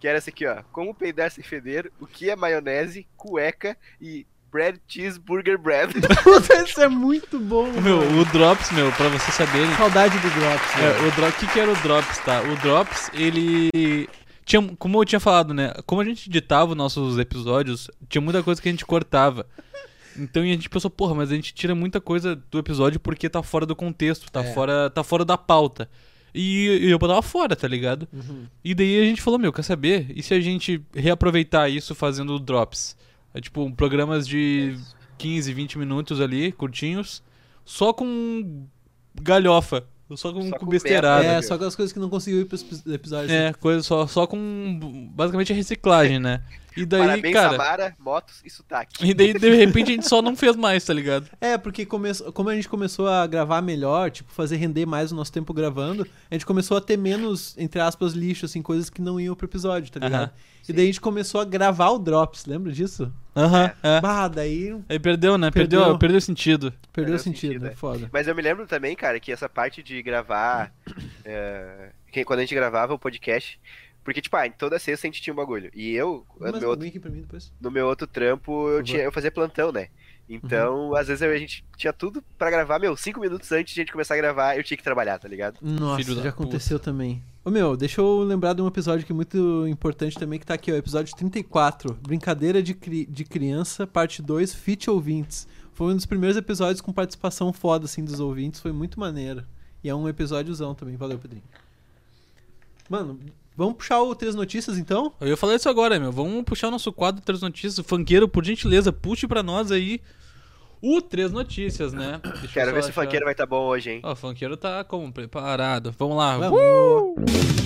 A: que era esse aqui, ó. Como peidar sem feder, o que é maionese, cueca e bread cheese burger bread.
C: Puta, esse é muito bom.
B: Meu,
C: mano.
B: o Drops, meu, pra né? vocês saberem.
C: Saudade do Drops, né?
B: É,
C: velho.
B: o Drops, que que era o Drops, tá? O Drops, ele tinha, como eu tinha falado, né? Como a gente editava os nossos episódios, tinha muita coisa que a gente cortava. Então e a gente pensou, porra, mas a gente tira muita coisa do episódio porque tá fora do contexto, tá
C: É.
B: fora, tá fora da pauta. E, e eu botava fora, tá ligado? E daí a gente falou, meu, quer saber? E se a gente reaproveitar isso fazendo drops? É, tipo, programas
A: É
B: de 15, 20 minutos ali, curtinhos, só com galhofa, só com,
A: Só
B: com
A: com
B: besteirada.
A: merda.
C: É, só aquelas coisas que não conseguiu ir pros epi- episódios.
B: É, coisa só, só com basicamente a reciclagem, né? E daí,
A: Parabéns,
B: cara.
A: Samara, motos e sotaque.
B: E daí, de repente, a gente só não fez mais, tá ligado?
C: É, porque come... como a gente começou a gravar melhor, tipo, fazer render mais o nosso tempo gravando, a gente começou a ter menos, entre aspas, lixo, assim, coisas que não iam pro episódio, tá ligado?
B: Aham.
C: e daí a gente começou a gravar o Drops, lembra disso?
B: Aham, é.
C: Bah, daí
B: Aí perdeu, né? Perdeu,
C: Perdeu.
B: perdeu, o sentido.
C: perdeu
A: Perdeu
C: o sentido,
A: sentido,
C: né?
A: é.
C: Foda.
A: Mas eu me lembro também, cara, que essa parte de gravar. é, que quando a gente gravava o podcast. Porque, tipo, ah, em toda sexta a gente tinha um bagulho. E eu, no
C: Mas
A: meu,
C: um
A: outro,
C: link pra mim depois.
A: no meu outro trampo, eu,
B: Uhum.
C: favor.
A: tinha, eu fazia plantão, né? Então, às vezes eu- a gente tinha tudo pra gravar, meu, cinco minutos antes de a gente começar a gravar, eu tinha que trabalhar, tá ligado?
C: Nossa,
B: Filho da
C: já aconteceu também. Ô meu, deixa eu lembrar de um episódio que é muito importante também, que tá aqui, ó, episódio 34, Brincadeira de, Cri- de Criança, parte 2, Fit Ouvintes. Foi um dos primeiros episódios com participação foda, assim, dos ouvintes, foi muito maneiro. E é um episódiozão também, valeu, Pedrinho. Mano, vamos puxar o Três Notícias, então?
B: Eu ia falar isso agora, meu. Vamos puxar o nosso quadro Três Notícias. O Funkeiro, por gentileza, puxe pra nós aí o Três Notícias, né? Deixa eu
A: Quero
B: só
A: ver se o
B: achar.
A: funkeiro vai estar bom hoje, hein?
B: Ó, o Funkeiro tá como? Preparado. Vamos lá. Uh,
C: Vamos!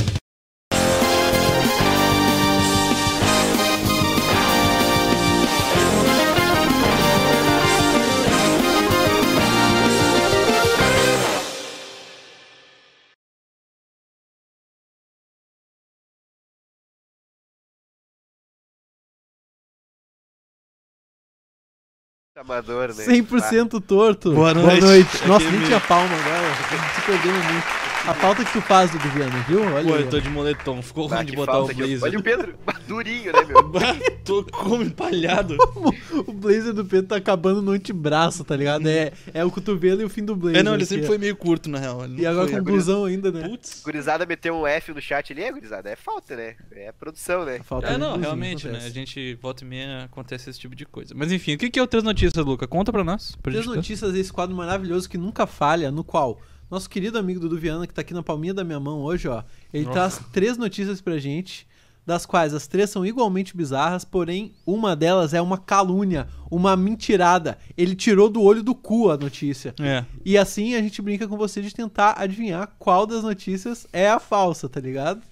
A: Amador, né?
C: 100% torto.
B: Boa noite.
C: Nossa,
B: Aqui
C: nem
B: me-
C: tinha palma agora. Se perdeu muito. A falta que tu faz do Viana, viu? Olha
B: Pô,
C: aí,
B: eu
C: ó.
B: tô de moletom. Ficou
A: Ah, Bah,
B: ruim
A: que
B: de botar o
A: falta que eu-
B: blazer.
A: Olha o Pedro, durinho, né, meu?
B: Bah, tô como empalhado.
C: O blazer do Pedro tá acabando no antebraço, tá ligado? É, é o cotovelo e o fim do blazer.
B: É, não, ele sempre
C: aqui.
B: foi meio curto, na real. Ele não
C: E agora
B: foi-
C: com o blusão ainda, né?
B: Putz.
A: Gurizada meteu um F no chat ali, é, gurizada, é falta, né? É produção, né?
C: Falta
B: É,
C: de
B: não,
C: blusinha,
B: realmente, né?
C: acontece.
B: A gente volta e meia acontece esse tipo de coisa. Mas enfim, o que que é o Três Notícias, Luca? Conta pra nós. Pra
C: Três
B: gente
C: notícias desse quadro maravilhoso que nunca falha, no qual nosso querido amigo Dudu Viana, que tá aqui na palminha da minha mão hoje, ó, ele
B: Nossa.
C: traz três notícias pra gente, das quais as três são igualmente bizarras, porém uma delas é uma calúnia, uma mentirada. Ele tirou do olho do cu a notícia.
B: É.
C: E assim a gente brinca com você de tentar adivinhar qual das notícias é a falsa, tá ligado?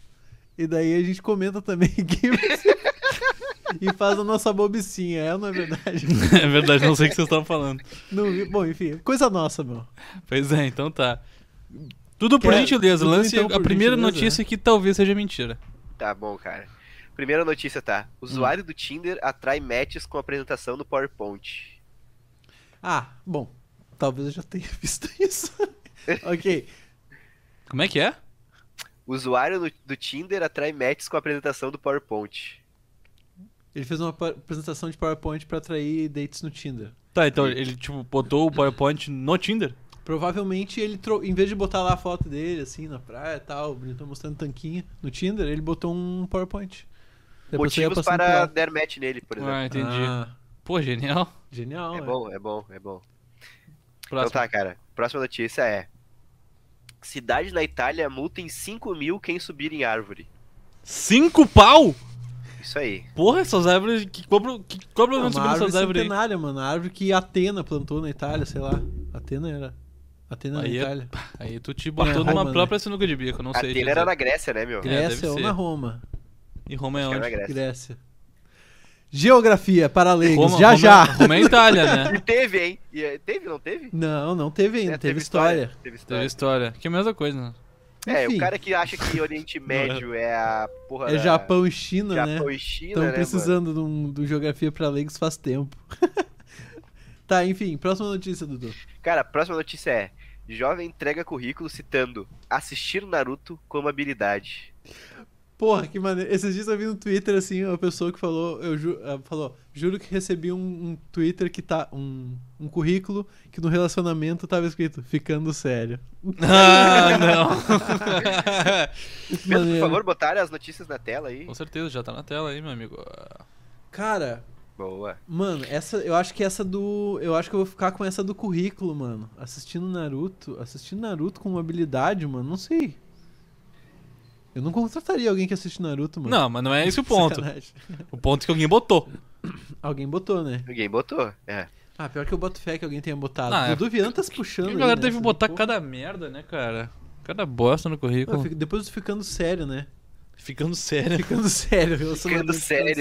C: E daí a gente comenta também que e faz a nossa bobicinha, é ou não é verdade?
B: É verdade, não sei o que vocês estavam falando.
C: Não vi- bom, enfim, coisa nossa, meu.
B: Pois é, então tá. Tudo por
C: Quer-
B: gentileza,
C: tudo
B: lance
C: então
B: a
C: por
B: primeira
C: gentileza,
B: notícia que talvez seja mentira.
A: Tá bom, cara. Primeira notícia, tá? Usuário
C: Hum.
A: do Tinder atrai matches com apresentação no PowerPoint.
C: Ah, bom, talvez eu já tenha visto isso. ok,
B: Como é que é?
A: Usuário no- do Tinder atrai matches com apresentação do PowerPoint.
C: ele fez uma pa- apresentação de PowerPoint pra atrair dates no Tinder.
B: Tá, então ele tipo botou o PowerPoint no Tinder?
C: Provavelmente ele, tro- em vez de botar lá a foto dele, assim, na praia e tal, bonitão mostrando tanquinho no Tinder, ele botou um PowerPoint. Daí a pessoa ia
A: Motivos
C: passando
A: para
C: por lá.
A: dar match nele, por exemplo.
B: Ah, entendi.
C: Ah,
B: Pô, genial.
C: genial,
A: é
C: né?
A: bom, é bom, é bom. Então
B: Próximo.
A: tá, cara. Próxima notícia é... Cidade na Itália multa em 5 mil quem subir em árvore.
B: Cinco pau?
A: Isso aí.
B: Porra, essas árvores que cobram. Que cobram
C: É
B: menos
C: uma
B: sobre
C: árvore
B: essas árvores aí.
C: centenária, mano. A árvore que Atena plantou na Itália, sei lá. Atena era. Atena na
B: Aí é-
C: Itália.
B: Aí tu te botou
C: Roma,
B: numa
C: né?
B: própria sinuca de bico, não
A: A
B: sei.
A: telha
B: dizer.
A: era na Grécia, né, meu?
B: É,
C: Grécia
B: deve
C: ou
B: ser.
C: na Roma?
B: E Roma é
A: Era na
B: onde?
A: Grécia.
C: Grécia. Geografia para leigos,
B: Roma,
C: já
B: Roma-
C: já.
B: Roma é Itália, né?
A: E teve, hein? E, eh, teve, não teve?
C: Não, não teve ainda,
A: É,
C: teve, história.
A: Teve história.
B: Teve história. Que é a mesma coisa, né?
A: É,
C: Enfim.
A: o cara que acha que Oriente Médio é a porra.
C: É Japão e China, né?
A: Japão e China,
C: Estão
A: né? mano?
C: precisando de, um, de um geografia para leigos faz tempo. tá, enfim, próxima notícia, Dudu.
A: Cara, a próxima notícia é: jovem entrega currículo citando assistir Naruto como habilidade.
C: Porra, que maneiro. Esses dias eu vi no Twitter, assim, uma pessoa que falou, eu ju- ah, falou, juro que recebi um, um Twitter que tá. Um, um currículo que no relacionamento tava escrito, ficando sério.
B: Ah, não.
A: Pedro, por
C: Maneiro.
A: favor, botaram as notícias na tela aí.
B: Com certeza, já tá na tela aí, meu amigo.
C: Cara,
A: Boa.
C: Mano, essa, eu acho que essa do. Eu acho que eu vou ficar com essa do currículo, mano. Assistindo Naruto. Assistindo Naruto com uma habilidade, mano, não sei. Eu não contrataria alguém que assiste Naruto, mano.
B: Não, mas não é esse o ponto.
C: Sacanagem.
B: O ponto é que alguém botou.
C: Alguém botou, né?
A: Ninguém botou. É.
C: Ah, pior que eu boto fé que alguém tenha botado.
B: Ah, é.
C: Dudu Viana tá se puxando.
B: a
C: aí
B: galera
C: nessa,
B: deve
C: né?
B: botar
C: Pô.
B: cada merda, né, cara? Cada bosta no
C: Ah, eu
B: currículo.
C: fico- depois eu tô ficando sério, né?
B: Ficando sério.
C: Ficando sério, relacionamento.
A: sério.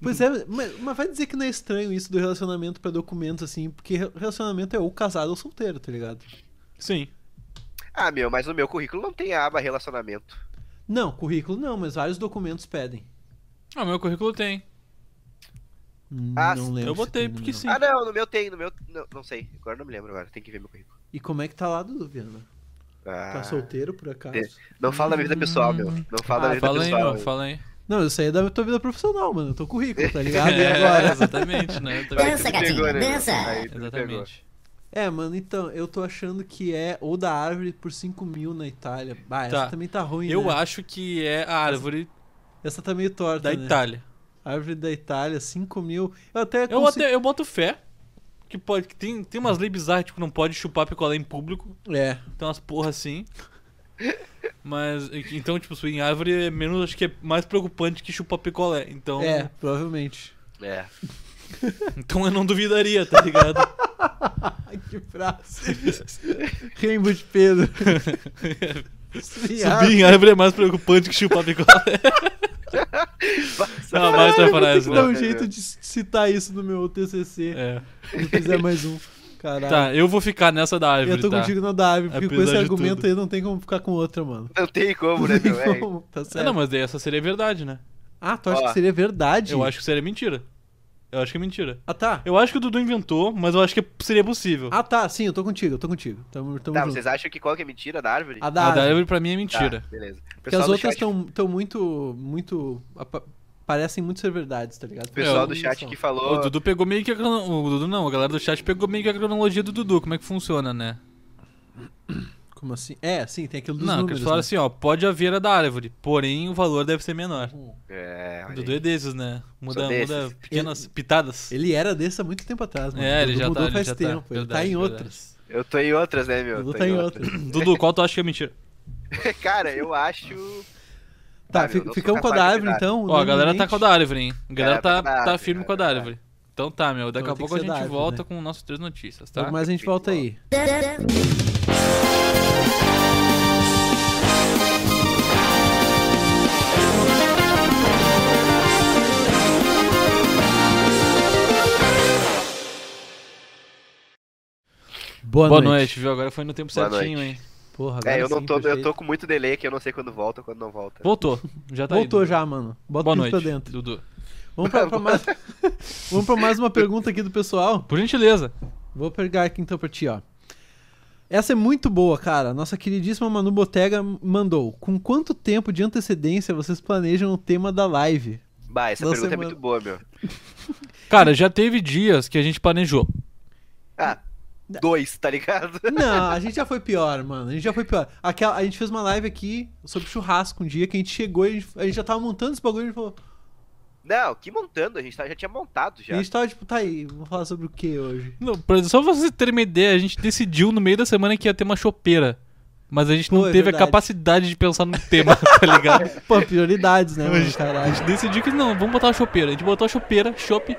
C: Pois é, mas, mas vai dizer que não é estranho isso do relacionamento pra documento, assim, porque re- relacionamento é ou casado ou solteiro, tá ligado?
B: Sim.
A: Ah, meu, mas no meu currículo não tem a aba relacionamento.
C: Não, currículo não, mas vários documentos pedem.
B: Ah, meu currículo tem.
A: Ah,
C: não lembro.
B: eu
C: se
B: botei,
C: tem,
B: porque
C: não.
B: sim.
A: Ah, não, no meu tem, no meu. Não, não sei, agora não me lembro agora, tem que ver meu currículo.
C: E como é que tá lá, Dudu Viana?
A: Ah,
C: Tá solteiro, por acaso?
A: É. Não fala da minha vida pessoal, meu. Não fala da
C: Ah,
A: minha vida
B: Fala aí,
A: pessoal.
B: meu, fala aí.
C: Não, isso aí é da tua vida profissional, mano. Eu tô currículo, tá ligado? E
B: É,
C: agora?
B: exatamente, né?
A: Aí
B: Eu também-
A: tu me
D: Dança, gatinho,
A: pegou, né?
D: dança.
A: Aí tu me pegou.
B: Exatamente.
C: É, mano, então, eu tô achando que é ou da árvore por 5 mil na Itália. Ah, essa
B: Tá.
C: também tá ruim,
B: Eu
C: né?
B: acho que é a árvore
C: Essa tá meio torta,
B: da
C: né?
B: Itália.
C: Árvore da Itália, 5 mil. Eu até
B: Eu,
C: consigo-
B: até, eu boto fé. Que pode. Que tem, tem umas leis bizarras, tipo, não pode chupar picolé em público.
C: É,
B: Tem umas porra assim. Mas. Então, tipo, subir em árvore é menos. Acho que é mais preocupante que chupar picolé. Então.
C: é, provavelmente.
A: É.
B: Então eu não duvidaria, tá ligado?
C: Ai, que frase. Rainbow de Pedro.
B: Subir em árvore é mais preocupante que chupar picolé. não, mais outra
C: Tem
B: frase,
C: que dar um
B: né?
C: jeito de citar isso no meu TCC.
B: É.
C: Se eu fizer mais um. Caralho.
B: Tá, eu vou ficar nessa da árvore.
C: eu tô
B: tá?
C: contigo na da árvore, porque com
B: Apesar
C: esse
B: de
C: argumento
B: tudo.
C: aí não tem como ficar com outra, mano.
A: Não tem como, né,
C: Não tem
A: meu? É,
C: como, tá
B: É,
C: certo.
B: não, mas daí essa seria verdade, né?
C: Ah, tu acha
A: Ó,
C: que seria verdade?
B: Eu acho que seria mentira. Eu acho que é mentira.
C: Ah, tá.
B: Eu acho que o Dudu inventou, mas eu acho que seria possível.
C: Ah, tá, sim, eu tô contigo, eu tô contigo. Tamo, tamo
A: Tá,
C: junto.
A: vocês acham que qual que é mentira da árvore?
C: A da
B: A da
C: árvore,
B: árvore pra mim é mentira.
A: Tá, beleza. O
C: porque as
A: pessoal do
C: outras
A: chat-
C: estão tão muito, muito... apa- Parecem muito ser verdades, tá ligado?
A: O pessoal
B: É,
A: do
C: Não
A: chat
C: são.
A: que
B: O
A: falou.
B: Dudu pegou meio que a crono... O Dudu não, a galera do chat pegou meio que a cronologia do Dudu, como é que funciona, né?
C: Como assim? É, sim, tem aquilo dos
B: não, que
C: números,
B: eles falaram
C: né?
B: assim, ó, pode haver a da árvore, porém o valor deve ser menor.
C: né?
A: É,
B: O
A: olha
B: Dudu
A: aí.
B: é desses, né? Muda,
A: Sou desses.
B: muda pequenas pitadas.
C: Ele era desse há muito tempo atrás, mano.
B: É, ele
C: Dudu
B: já tá,
C: mudou
B: ele
C: faz
B: já tá.
C: tempo, ele tá
B: Verdade,
C: em
B: verdade.
C: outras.
A: Eu tô em outras, né, meu?
C: Dudu
A: Tô
C: tá em outras.
B: Dudu, qual tu acha que é mentira?
A: Cara, eu acho.
C: Tá,
A: Ah, meu,
C: fi-
A: não sou
C: ficamos com a da
A: capaz de
C: árvore,
A: dar.
C: então.
B: Ó, a galera tá com a da árvore, hein? A galera
A: É, tá
B: tá,
A: com a da
B: tá
A: árvore,
B: firme
A: é
B: com a da
A: verdade.
B: árvore. Então tá, meu. Daqui
C: Então
B: a
C: tem que
B: pouco a
C: ser
B: gente
C: da árvore,
B: volta
C: né?
B: com o nosso três notícias, tá?
C: Tá? Mas a gente volta aí. Boa,
B: Boa noite.
C: noite.
B: viu? Agora foi no tempo
A: Boa
B: certinho,
A: noite.
B: hein?
C: Porra, agora
A: É, eu não
C: sim,
A: tô. Eu
C: perfeito.
A: tô com muito delay aqui, eu não sei quando volta, quando não volta.
B: Voltou. Já tá aí,
C: Voltou
B: Dudu.
C: já, mano. Bota
B: Boa
C: tudo
B: noite,
C: pra dentro.
B: Dudu.
C: Vamos pra, pra mais... Vamos pra mais uma pergunta aqui do pessoal.
B: Por gentileza.
C: Vou pegar aqui então pra ti, ó. Essa é muito boa, cara. Nossa queridíssima Manu Botega mandou. Com quanto tempo de antecedência vocês planejam o tema da live?
A: Bah, essa
C: Não sei,
A: pergunta é
C: mano.
A: muito boa, meu.
B: Cara, já teve dias que a gente planejou.
A: Ah, dois, tá ligado?
C: Não, a gente já foi pior, mano. A gente já foi pior. Aquela, a gente fez uma live aqui sobre churrasco um dia que a gente chegou e a gente, a gente já tava montando esse bagulho e a gente falou.
A: Não, que montando, a gente tá- já tinha montado já.
C: A gente tava tipo, tá aí, vamos falar sobre o que hoje?
B: Não, pra- só pra você ter uma ideia, a gente decidiu no meio da semana que ia ter uma chopeira. Mas a gente não
C: Pô, é
B: teve a
C: verdade.
B: capacidade de pensar no tema, tá ligado?
C: Pô, prioridades, né,
B: A
C: mano?
B: gente- a
C: Caralho.
B: gente tá decidiu que não, vamos botar uma chopeira. A gente botou a chopeira, chope,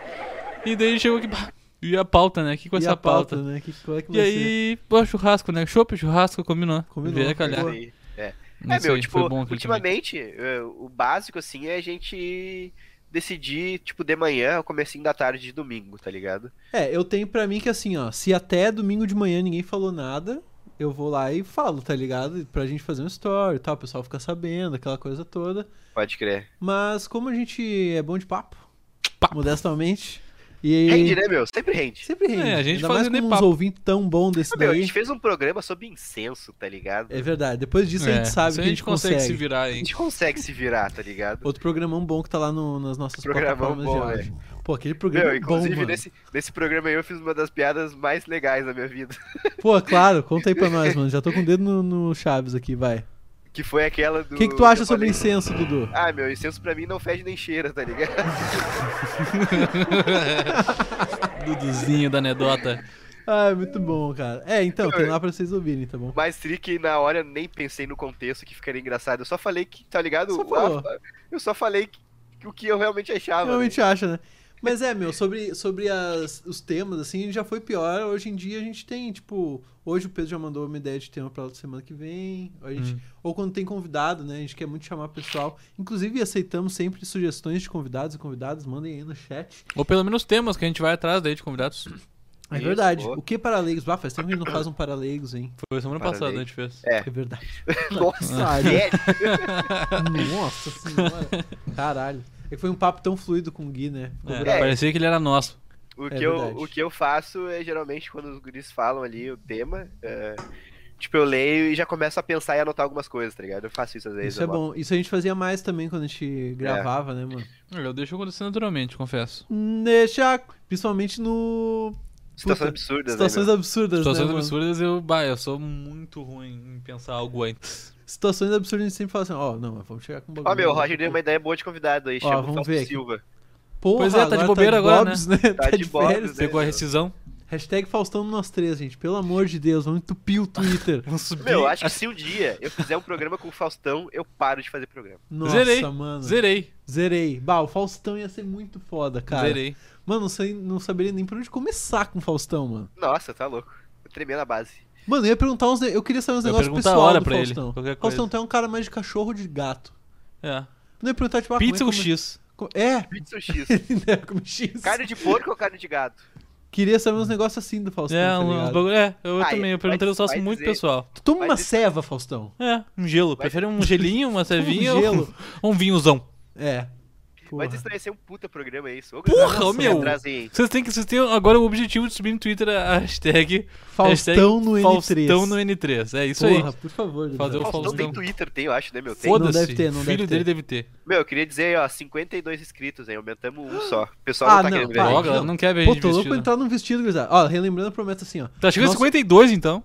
B: e daí chegou aqui. bah, E a pauta, né? Que com
C: E
B: essa
C: a pauta,
B: pauta.
C: né? Que, qual é que
B: E
C: vai ser?
B: aí, pô, churrasco, né? Chope, churrasco, combinou.
C: Combinou,
B: Veio a calhar.
C: boa.
A: Aí, É,
B: Não
A: é
B: sei,
A: meu, tipo,
B: foi bom aquele
A: ultimamente, eh, o básico, assim, é a gente decidir, tipo, de manhã, o comecinho da tarde de domingo, tá ligado?
C: É, eu tenho pra mim que assim, ó, se até domingo de manhã ninguém falou nada, eu vou lá e falo, tá ligado? Pra gente fazer um story e tal, o pessoal ficar sabendo, aquela coisa toda.
A: Pode crer.
C: Mas como a gente é bom de papo,
B: Papo.
C: modestamente, e
A: Rende, né, meu? Sempre rende.
C: sempre rende.
B: É, a gente
C: Ainda mais
B: fazendo
C: com
B: de
C: uns
B: papo.
C: ouvintes tão bom desse
A: Ah, meu, a
C: daí.
A: gente fez um programa sobre incenso, tá ligado?
C: É verdade, depois disso a
B: É,
C: gente sabe
B: se
C: que a gente consegue.
B: consegue, se virar,
A: A
B: hein?
A: gente consegue se virar, tá ligado?
C: Outro programão bom que tá lá no- nas nossas
A: Programão
C: plataformas
A: bom,
C: de
A: né?
C: áudio. Pô, aquele programa
A: Meu,
C: é bom,
A: inclusive,
C: mano.
A: nesse, nesse programa aí eu fiz uma das piadas mais legais da minha vida.
C: Pô, claro, conta aí pra nós, mano. Já tô com o dedo no, no Chaves aqui, vai.
A: Que foi aquela do.
C: O que, que tu acha
A: eu falei-
C: sobre incenso, Dudu?
A: Ah, meu, incenso pra mim não fede nem cheira, tá ligado?
B: Duduzinho Tipo, da anedota.
C: Ah, é muito bom, cara. É, então, tem lá pra vocês ouvirem, tá bom?
A: Mas trick na hora eu nem pensei no contexto que ficaria engraçado. Eu só falei que, tá ligado?
C: Só falou.
A: Ah, eu só falei que- que o que eu realmente achava.
C: Realmente acha, né? Mas é, meu, sobre, sobre as- os temas, assim, já foi pior. Hoje em dia a gente tem, tipo, hoje o Pedro já mandou uma ideia de tema pra semana que vem. A gente,
A: Hum.
C: Ou quando tem convidado, né? A gente quer muito chamar pessoal. Inclusive, aceitamos sempre sugestões de convidados e convidadas, mandem aí no chat.
B: Ou pelo menos temas que a gente vai atrás daí de convidados.
C: É
A: Isso,
C: verdade.
A: boa. É.
C: O que paraleigos? Ah, faz tempo que a gente não faz um paraleigos, hein?
B: Foi semana
A: Parabéns.
B: passada, né, a gente fez.
A: É.
C: É verdade.
A: né? Nossa,
C: Ah,
A: sério?
C: Nossa senhora. Caralho. É que foi um papo tão fluido com o Gui, né? Ficou
B: É,
C: bravo.
B: Parecia que ele era nosso.
A: O,
C: É
A: que eu,
C: verdade.
A: o que eu faço é geralmente quando os guris falam ali o tema, é, tipo, eu leio e já começo a pensar e anotar algumas coisas, tá ligado? Eu faço isso às vezes.
C: Isso é
A: eu boto.
C: bom. Isso a gente fazia mais também quando a
A: É.
C: gente gravava, né, mano?
B: Eu deixo acontecer naturalmente, confesso.
C: Deixa. Principalmente no.
A: Situações
C: Puta,
A: absurdas,
C: Situações
A: né?
C: absurdas,
B: Situações
C: né? mano?
B: absurdas, eu, bah, eu sou muito ruim em pensar algo antes.
C: Situações absurdas a gente sempre fala assim, ó, não, vamos chegar com um
A: meu? Ó, meu, o Roger deu uma ideia boa de convidado aí, chama o
C: vamos
A: Fausto
C: ver aqui.
A: Silva.
C: Porra,
B: Pois é, tá de bobeira
C: de
B: agora,
C: bobs, né? Tá,
A: de
C: de,
A: bobs,
C: férias.
A: né?
B: Pegou a rescisão,
C: Hashtag Faustão nós três, gente. Pelo amor de Deus, vamos entupir o Twitter.
B: vamos subir.
A: Meu, acho que se um dia eu fizer um programa com o Faustão, eu paro de fazer programa.
C: Nossa,
B: Zerei.
C: mano.
B: Zerei,
C: Zerei. Bah, o Faustão ia ser muito foda, cara.
B: zerei.
C: Mano, não, sei, não saberia nem por onde começar com o Faustão, mano.
A: Nossa, tá louco. Eu tremei na base.
C: Mano, eu ia perguntar uns. ne- Eu queria saber uns
B: Eu ia
C: negócios
B: perguntar a
C: pessoal
B: hora
C: do
B: pra ele,
C: Faustão.
B: qualquer coisa.
C: Faustão, tu é um cara mais de cachorro ou de gato?
B: É.
C: Não ia perguntar, tipo, ah,
B: Pizza ou
C: como é, que
B: X?
C: come- É,
A: Pizza ou X?
C: ele deve comer X.
A: carne de porco ou carne de gato?
C: Queria saber uns negócios assim do Faustão.
B: É,
C: tá
B: uns
C: ligado?
B: bagulho. É, eu
A: Ah,
B: também. Eu
A: vai-
B: perguntei um
A: vai
B: negócio muito
A: dizer-
B: pessoal.
C: Tu toma
A: Mas
C: uma
A: isso-
C: ceva, Faustão.
B: É, um gelo.
A: Vai-
B: Prefere um gelinho, uma cevinha ou
C: gelo.
B: um vinhozão.
C: É. Porra.
A: Mas isso daí ia ser um puta programa, é isso? Ô,
B: Porra,
A: gurizada,
B: meu!
A: Trazem...
B: Vocês têm, que, vocês têm agora o objetivo de subir no Twitter a hashtag
C: Faustão no N3.
B: Faustão no N3. É isso aí.
C: Porra, por favor.
B: Fazer o
C: Faustão.
A: Faustão tem
B: Faustão.
A: Twitter, tem, eu acho, né, meu? Tem.
B: Foda-se.
C: Não deve ter, não
B: o
C: deve
B: filho
C: ter.
B: dele deve ter.
A: Meu, eu queria dizer, ó, 52 inscritos, hein? Aumentamos um só. O pessoal
C: Ah,
A: não tá
C: não,
A: querendo ver.
C: para.
A: a
B: Ó,
A: gente.
B: a galera não quer ver
C: Pô,
B: gente
C: tô louco pra
B: vestido.
C: entrar num vestido, gurizada. Ó, relembrando a promessa assim, ó.
B: Tá chegando
C: Nossa-
B: a 52, então.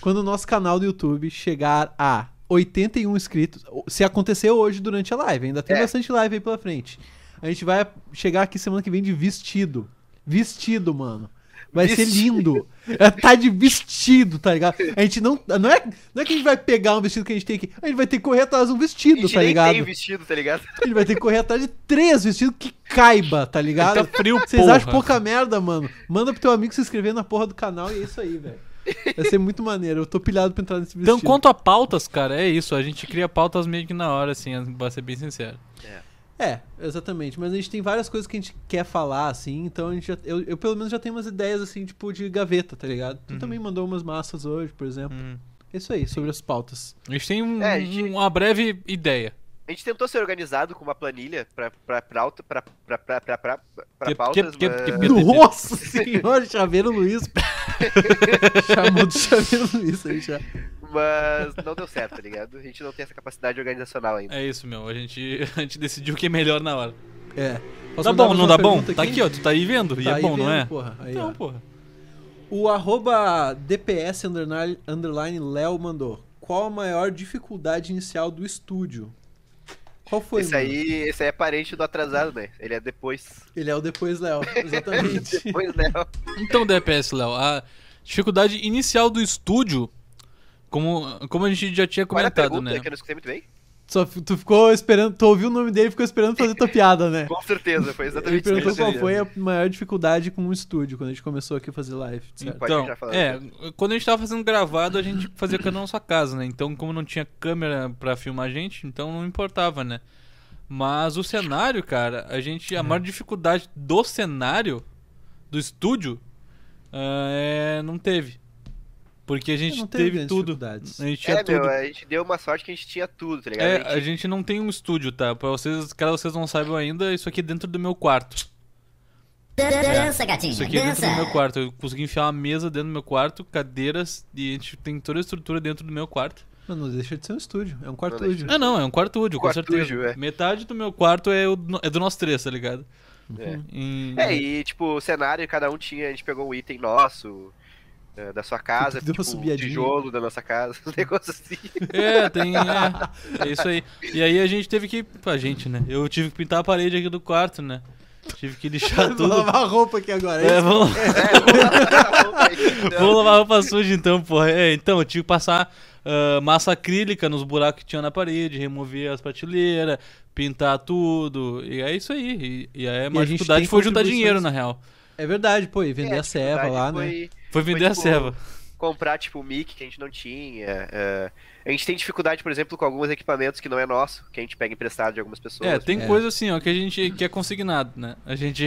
C: Quando o nosso canal do YouTube chegar a 81 inscritos, se aconteceu hoje durante a live, ainda tem
A: É.
C: bastante live aí pela frente. A gente vai chegar aqui semana que vem de vestido. Vestido, mano. Vai ser
A: Vestido.
C: lindo. É, Tá de vestido, tá ligado? A gente não. Não é, não é que a gente vai pegar um vestido que a gente tem aqui. A gente vai ter que correr atrás de um
A: A
C: vestido,
A: gente
C: tá
A: nem
C: ligado?
A: tem vestido, tá ligado?
C: A gente vai ter que correr atrás de três vestidos que caiba,
A: Então
C: tá ligado?
B: Tá frio,
C: Vocês
B: porra.
C: acham pouca merda, mano? Manda pro teu amigo se inscrever na porra do canal e é isso aí, velho. Vai ser muito maneiro. Eu tô pilhado pra entrar nesse vestido.
B: Então, quanto a pautas, cara, é isso. A gente cria pautas meio que na hora, assim, pra ser bem sincero.
C: É, exatamente. Mas a gente tem várias coisas que a gente quer falar, assim. Então, a gente já- eu, eu pelo menos já tenho umas ideias, assim, tipo, de gaveta, tá ligado?
B: Uhum.
C: Tu também mandou umas massas hoje, por exemplo.
B: Hum.
C: É isso aí, sobre as pautas.
B: A gente tem um-
A: É, a gente-
B: uma breve ideia.
A: A gente tentou ser organizado com uma planilha pra, pra, pra, alta- pra, pra, pra, pra, pra, pra
B: Que-
A: pautas,
B: que- que-
A: mas...
B: que- que-
C: Nossa senhora, Chaveiro Luiz. Chamou de Chaveiro Luiz aí já.
A: mas não deu certo, tá ligado? A gente não tem essa capacidade organizacional ainda.
B: É isso, meu. A gente, a gente decidiu o que é melhor na hora.
C: É. Posso
B: Tá
C: mandar
B: bom,
C: mais
B: não
C: uma
B: dá bom?
C: pergunta
B: Tá aqui, ó. Tu tá aí vendo. e
C: Tá
B: é
C: aí
B: bom,
C: vendo,
B: não é?
C: Porra. Aí, ó.
B: Então, porra.
C: O arroba DPS underline, underline Léo mandou. Qual a maior dificuldade inicial do estúdio? Qual foi,
A: esse,
C: mano?
A: aí, esse aí é parente do atrasado, né? Ele é depois.
C: Ele é o depois Léo, exatamente.
A: Depois, né?
B: Então, DPS, Léo, a dificuldade inicial do estúdio, como, como a gente já tinha
A: Qual era a
B: comentado,
A: pergunta
B: né?
A: que eu não escutei muito bem?
C: Só f- tu ficou esperando, tu ouviu o nome dele e ficou esperando fazer tua piada, né?
A: Com certeza, foi
C: Ele
A: exatamente isso que eu
C: perguntou qual
A: queria.
C: foi a maior dificuldade com o estúdio quando a gente começou aqui a fazer live, certo?
A: Pode
B: Então,
A: já falar,
B: é, quando a gente tava fazendo gravado, a gente fazia cada um na sua casa, né? Então, como não tinha câmera pra filmar a gente, então não importava, né? Mas o cenário, cara, a gente.
C: É.
B: A maior dificuldade do cenário, do estúdio, ah, é, não teve. Porque a gente
C: É, não teve
B: teve,
C: grandes
B: tudo.
C: dificuldades.
B: A gente tinha
A: É,
B: tudo.
A: meu, a gente deu uma sorte que a gente tinha tudo, tá ligado?
B: É,
A: a
B: a
A: gente...
B: gente não tem um estúdio, tá? Pra vocês, caso vocês não saibam ainda, isso aqui é dentro do meu quarto.
D: Dança, gatinho,
B: Isso aqui é dentro
D: dança.
B: do meu quarto. Eu consegui enfiar uma mesa dentro do meu quarto, cadeiras, e a gente tem toda a estrutura dentro do meu quarto.
C: Mano, não deixa de ser um estúdio, é um quarto
A: deixa de
C: estúdio.
B: Ah, não, é um quarto útil, com
A: Quartúdio,
B: certeza.
A: é.
B: Metade do meu quarto é, o do- é do nós três, tá ligado?
A: É.
B: Em-
A: É, e tipo, o cenário, cada um tinha, a gente pegou um item nosso, eh, da sua casa,
C: Deu
A: tipo,
C: uma
A: um
C: subiadinha.
A: tijolo da nossa casa, um negócio assim.
B: É, tem. É, é isso aí. E aí a gente teve que. A gente, né? Eu tive que pintar a parede aqui do quarto, né? Tive que lixar
C: Vou
B: tudo.
C: lavar a roupa aqui agora.
B: É, vamos
A: É, vamos lá, vamos lá, então.
B: Vamos lavar roupa suja então, porra. É, então, eu tive que passar ah, massa acrílica nos buracos que tinha na parede, remover as prateleiras, pintar tudo. E é isso aí. E, e aí a
C: E a
B: maior
C: gente
B: dificuldade
C: tem
B: foi juntar
C: contribuições.
B: dinheiro, na real.
C: É verdade, pô, e vender
A: É,
C: a ceva
A: dificuldade
C: lá, né?
A: foi
B: Foi vender
A: tipo,
B: a serva.
A: Comprar, tipo, o mic que a gente não tinha. eh, a gente tem dificuldade, por exemplo, com alguns equipamentos que não é nosso, que a gente pega emprestado de algumas pessoas.
B: É, tem
C: É.
B: coisa assim, ó, que a gente que é consignado, né? A gente.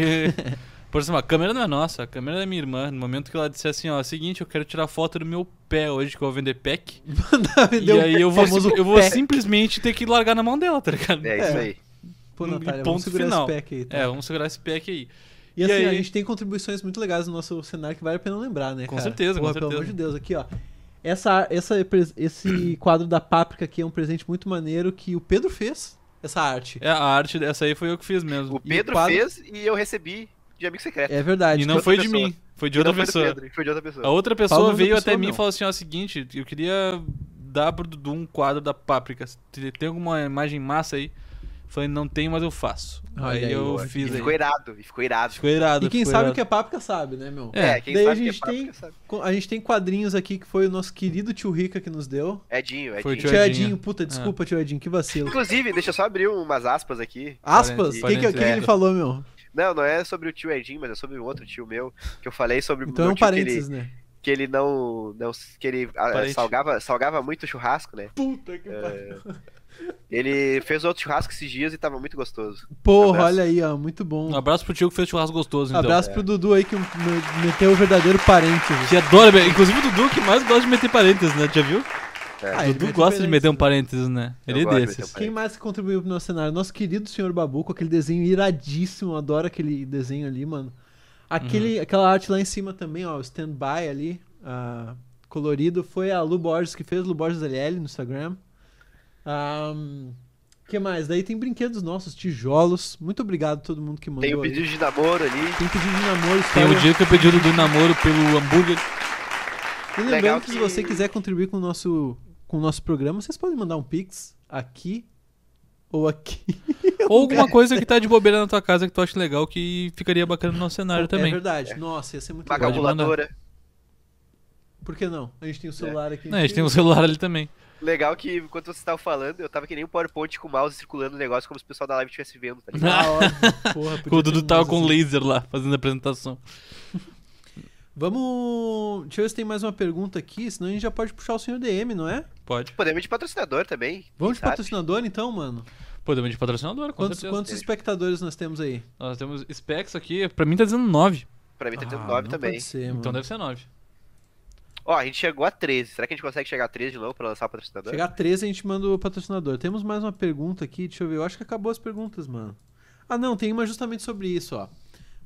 B: Por exemplo, a câmera não é nossa, a câmera é da minha irmã. No momento que ela disser assim, ó, seguinte, eu quero tirar foto do meu pé hoje que eu vou vender pack. e
C: Deu
B: aí eu vou,
C: famoso
B: eu vou
C: pé.
B: simplesmente ter que largar na mão dela, tá ligado?
A: É isso aí.
C: Pô,
B: e
C: Natália,
B: ponto
C: vamos segurar
B: final.
C: esse pack aí. tá?
B: É, vamos segurar esse pack aí.
C: E,
B: E
C: assim,
B: aí?
C: a gente tem contribuições muito legais no nosso cenário que vale a pena lembrar, né,
B: Com
C: cara?
B: certeza, com
C: Porra, Pelo
B: certeza.
C: amor de Deus, aqui, ó. Essa, essa, pres- esse quadro da Páprica aqui é um presente muito maneiro que o Pedro fez, essa arte.
B: É, a arte dessa aí foi eu que fiz mesmo.
A: O Pedro
C: quadro-
A: fez e eu recebi de amigo secreto.
C: É verdade.
B: E não
A: outra
B: foi de
A: pessoa.
B: mim, foi de
A: Não
B: outra
A: foi do
B: pessoa.
A: Pedro, foi de outra pessoa.
B: A outra pessoa
C: Fala da
B: veio
C: pessoa,
B: até mim
C: não.
B: e falou assim, ó, seguinte, eu queria dar pro Dudu um quadro da Páprica. Tem tem alguma imagem massa aí? Falei, não tem, mas eu faço.
C: Olha
B: aí
C: aí,
B: eu
C: olha.
A: E
B: fiz aí.
A: ficou irado, e ficou irado.
B: Ficou irado.
C: E quem
B: ficou
C: sabe o
B: irado.
C: que a Páprica sabe, né, meu?
B: É.
A: É, quem
C: Daí
A: sabe
C: a
A: que
C: gente
A: é papo,
C: tem-
A: que sabe.
C: A gente tem quadrinhos aqui que foi o nosso querido tio Rica que nos deu.
A: Edinho,
B: Foi o
A: Edinho.
B: Tio
C: Tio
B: Edinho. Ah.
C: Edinho, puta, desculpa, tio Edinho, que vacilo.
A: é Inclusive, deixa eu só abrir umas aspas aqui.
C: Aspas? O
B: Parente-
C: que, que, o que que
A: parente-
C: ele falou, meu?
A: Não, não é sobre o tio Edinho, mas é sobre um outro tio meu, que eu falei sobre o
C: Então é
A: meu
C: um
A: tio que ele-
C: parênteses, né?
A: que ele não. não que ele ah,
B: Parente.
A: salgava, salgava muito churrasco, né?
C: Puta que pariu.
A: Ele fez outro churrasco esses dias e tava muito gostoso.
C: Porra,
A: abraço.
C: olha aí, ó, muito bom.
B: Um abraço pro tio que fez churrasco gostoso, então.
C: é Abraço pro Dudu aí que me- meteu o verdadeiro parênteses.
B: Que adora, inclusive o Dudu que mais gosta de meter parênteses, né? Já viu?
C: Ah,
B: o
C: ele
B: Dudu
C: meteu
B: gosta de meter um
C: parênteses.
B: parênteses, né?
A: Eu
B: Ele é
A: gosto de
B: desses.
A: meter
C: Quem mais que contribuiu pro nosso cenário? Nosso querido senhor Babu, com aquele desenho iradíssimo, adoro aquele desenho ali, mano.
B: Uhum.
C: Aquele, Aquela arte lá em cima também, ó, o stand-by ali, ah, colorido, foi a Lu Borges que fez, Lu Borges LL no Instagram. O que mais? Daí tem brinquedos nossos, tijolos. Muito obrigado a todo mundo que mandou.
A: Tem o
C: aí.
A: pedido de namoro ali.
C: Tem pedido de namoro,
B: Tem o
C: história-
B: dia que eu pedi o Dudu em namoro pelo hambúrguer.
C: E lembrando
A: Legal
C: que se
A: que-
C: você quiser contribuir com o nosso, com o nosso programa, vocês podem mandar um pix aqui ou aqui.
B: Ou alguma coisa que tá de bobeira na tua casa que tu acha legal que ficaria bacana no nosso cenário
C: É
B: também.
C: verdade. Nossa, ia ser muito
A: Uma
C: legal.
B: Pode mandar.
A: calculadora.
C: Por que não? A gente tem o celular aqui.
B: Né, a gente tem um celular ali também.
A: Legal que, enquanto você tava falando, eu tava que nem um PowerPoint com o mouse circulando o negócio como se o pessoal da live estivesse vendo, tá ligado?
C: Ah, óbvio. Porra, podia
B: O
C: ter
B: Dudu
C: um
B: tava
C: mais
B: com
C: assim.
B: laser lá, fazendo a apresentação.
C: Vamos. Deixa eu ver se tem mais uma pergunta aqui, senão a gente já pode puxar o senhor DM, não é?
B: Pode.
A: Podemos de patrocinador também.
C: Vamos de
A: quem sabe?
C: patrocinador então, mano?
B: Podemos de patrocinador, com
C: Quantos,
B: certeza.
C: quantos espectadores nós temos aí?
B: Nós temos specs aqui, pra mim tá dizendo 9.
A: Pra mim tá tendo
C: Ah,
A: 9
C: não
A: também.
C: Pode ser,
B: Então
C: mano.
B: deve ser 9.
A: Ó, a gente chegou a 13. Será que a gente consegue chegar a 13 de novo pra lançar o patrocinador?
C: Chegar a 13 a gente manda o patrocinador. Temos mais uma pergunta aqui, deixa eu ver. Eu acho que acabou as perguntas, mano. Ah, não, tem uma justamente sobre isso, ó.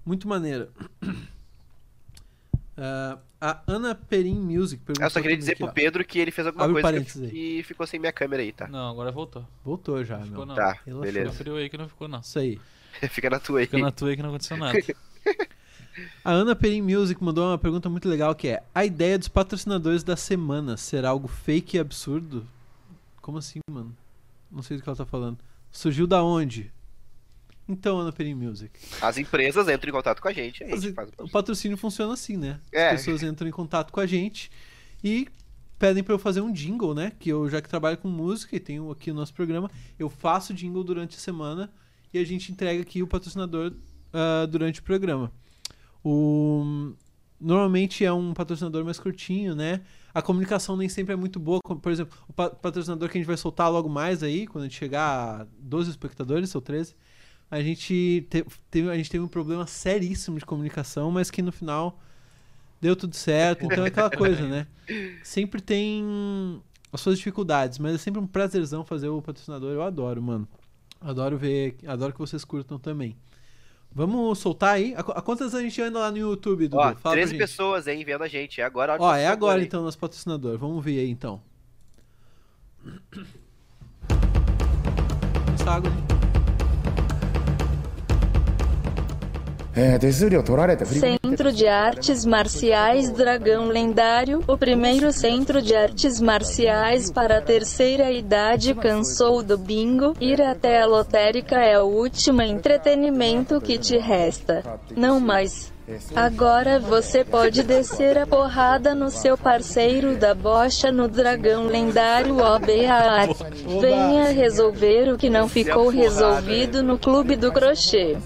C: Muito maneira. Ah, a Ana Perim Music perguntou.
A: Eu só queria
C: também
A: dizer
C: aqui,
A: pro
C: ó.
A: Pedro que ele fez alguma
C: Abre o
A: coisa que,
C: parênteses
A: eu- que ficou sem minha câmera aí, tá?
B: Não, agora voltou.
C: Voltou já,
B: Ficou
C: meu.
B: não.
A: tá,
C: relaxa.
B: Fica
A: beleza.
B: frio aí que não ficou não.
C: Isso aí.
A: Fica na tua aí.
B: Fica na tua aí que não aconteceu nada.
C: A Ana Perim Music mandou uma pergunta muito legal que é: A ideia dos patrocinadores da semana será algo fake e absurdo? Como assim, mano? Não sei do que ela tá falando. Surgiu da onde? Então, Ana Perim Music.
A: As empresas entram em contato com a gente, aí a gente
C: Mas
A: faz o
C: O patrocínio funciona assim, né? As
A: É.
C: pessoas entram em contato com a gente e pedem pra eu fazer um jingle, né? Que eu, já que trabalho com música e tenho aqui o nosso programa, eu faço jingle durante a semana e a gente entrega aqui o patrocinador ah, durante o programa. O... Normalmente é um patrocinador mais curtinho, né? A comunicação nem sempre é muito boa. como, Por exemplo, o pa- patrocinador que a gente vai soltar logo mais aí, quando a gente chegar a 12 espectadores ou 13, a gente, te- teve, a gente teve um problema seríssimo de comunicação, mas que no final deu tudo certo. Então é aquela coisa, né? Sempre tem as suas dificuldades, mas é sempre um prazerzão fazer o patrocinador. Eu adoro, mano. Adoro ver, adoro que vocês curtam também. Vamos soltar aí? A, qu- a quantas a gente anda lá no YouTube, Dudu?
A: Ó,
C: Fala pra
A: 13
C: gente.
A: pessoas, hein, vendo a gente. É agora a hora
C: Ó,
A: do
C: é
A: patrocinador,
C: agora
A: hein?
C: então nosso patrocinador. Vamos ver aí então. Essa água, né?
F: えー手数料取られて振り込み
G: Centro de Artes Marciais Dragão Lendário, o primeiro centro de artes marciais para a terceira idade cansou do bingo, ir até a lotérica é o último entretenimento que te resta. Não mais. Agora você pode descer a porrada no seu parceiro da bocha no Dragão Lendário OBA. Venha resolver o que não ficou resolvido no Clube do Crochê.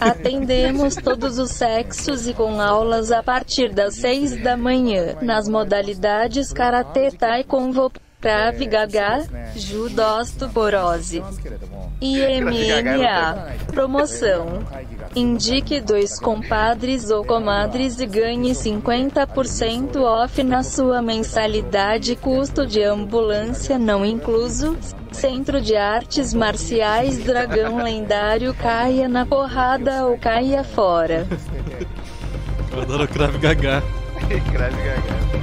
G: Atendemos todos os sexos e com aulas a partir das 6 da manhã, nas modalidades Karatê Taekwondo.
H: É,
G: Krav Gaga,
H: né?
G: Judostoporose.
H: né?
G: IMMA. Promoção. Indique dois compadres ou comadres e ganhe 50% off na sua mensalidade custo de ambulância não incluso. Centro de Artes Marciais Dragão Lendário caia na porrada ou caia fora.
B: Eu adoro o Krav Gaga.
A: Crave gaga.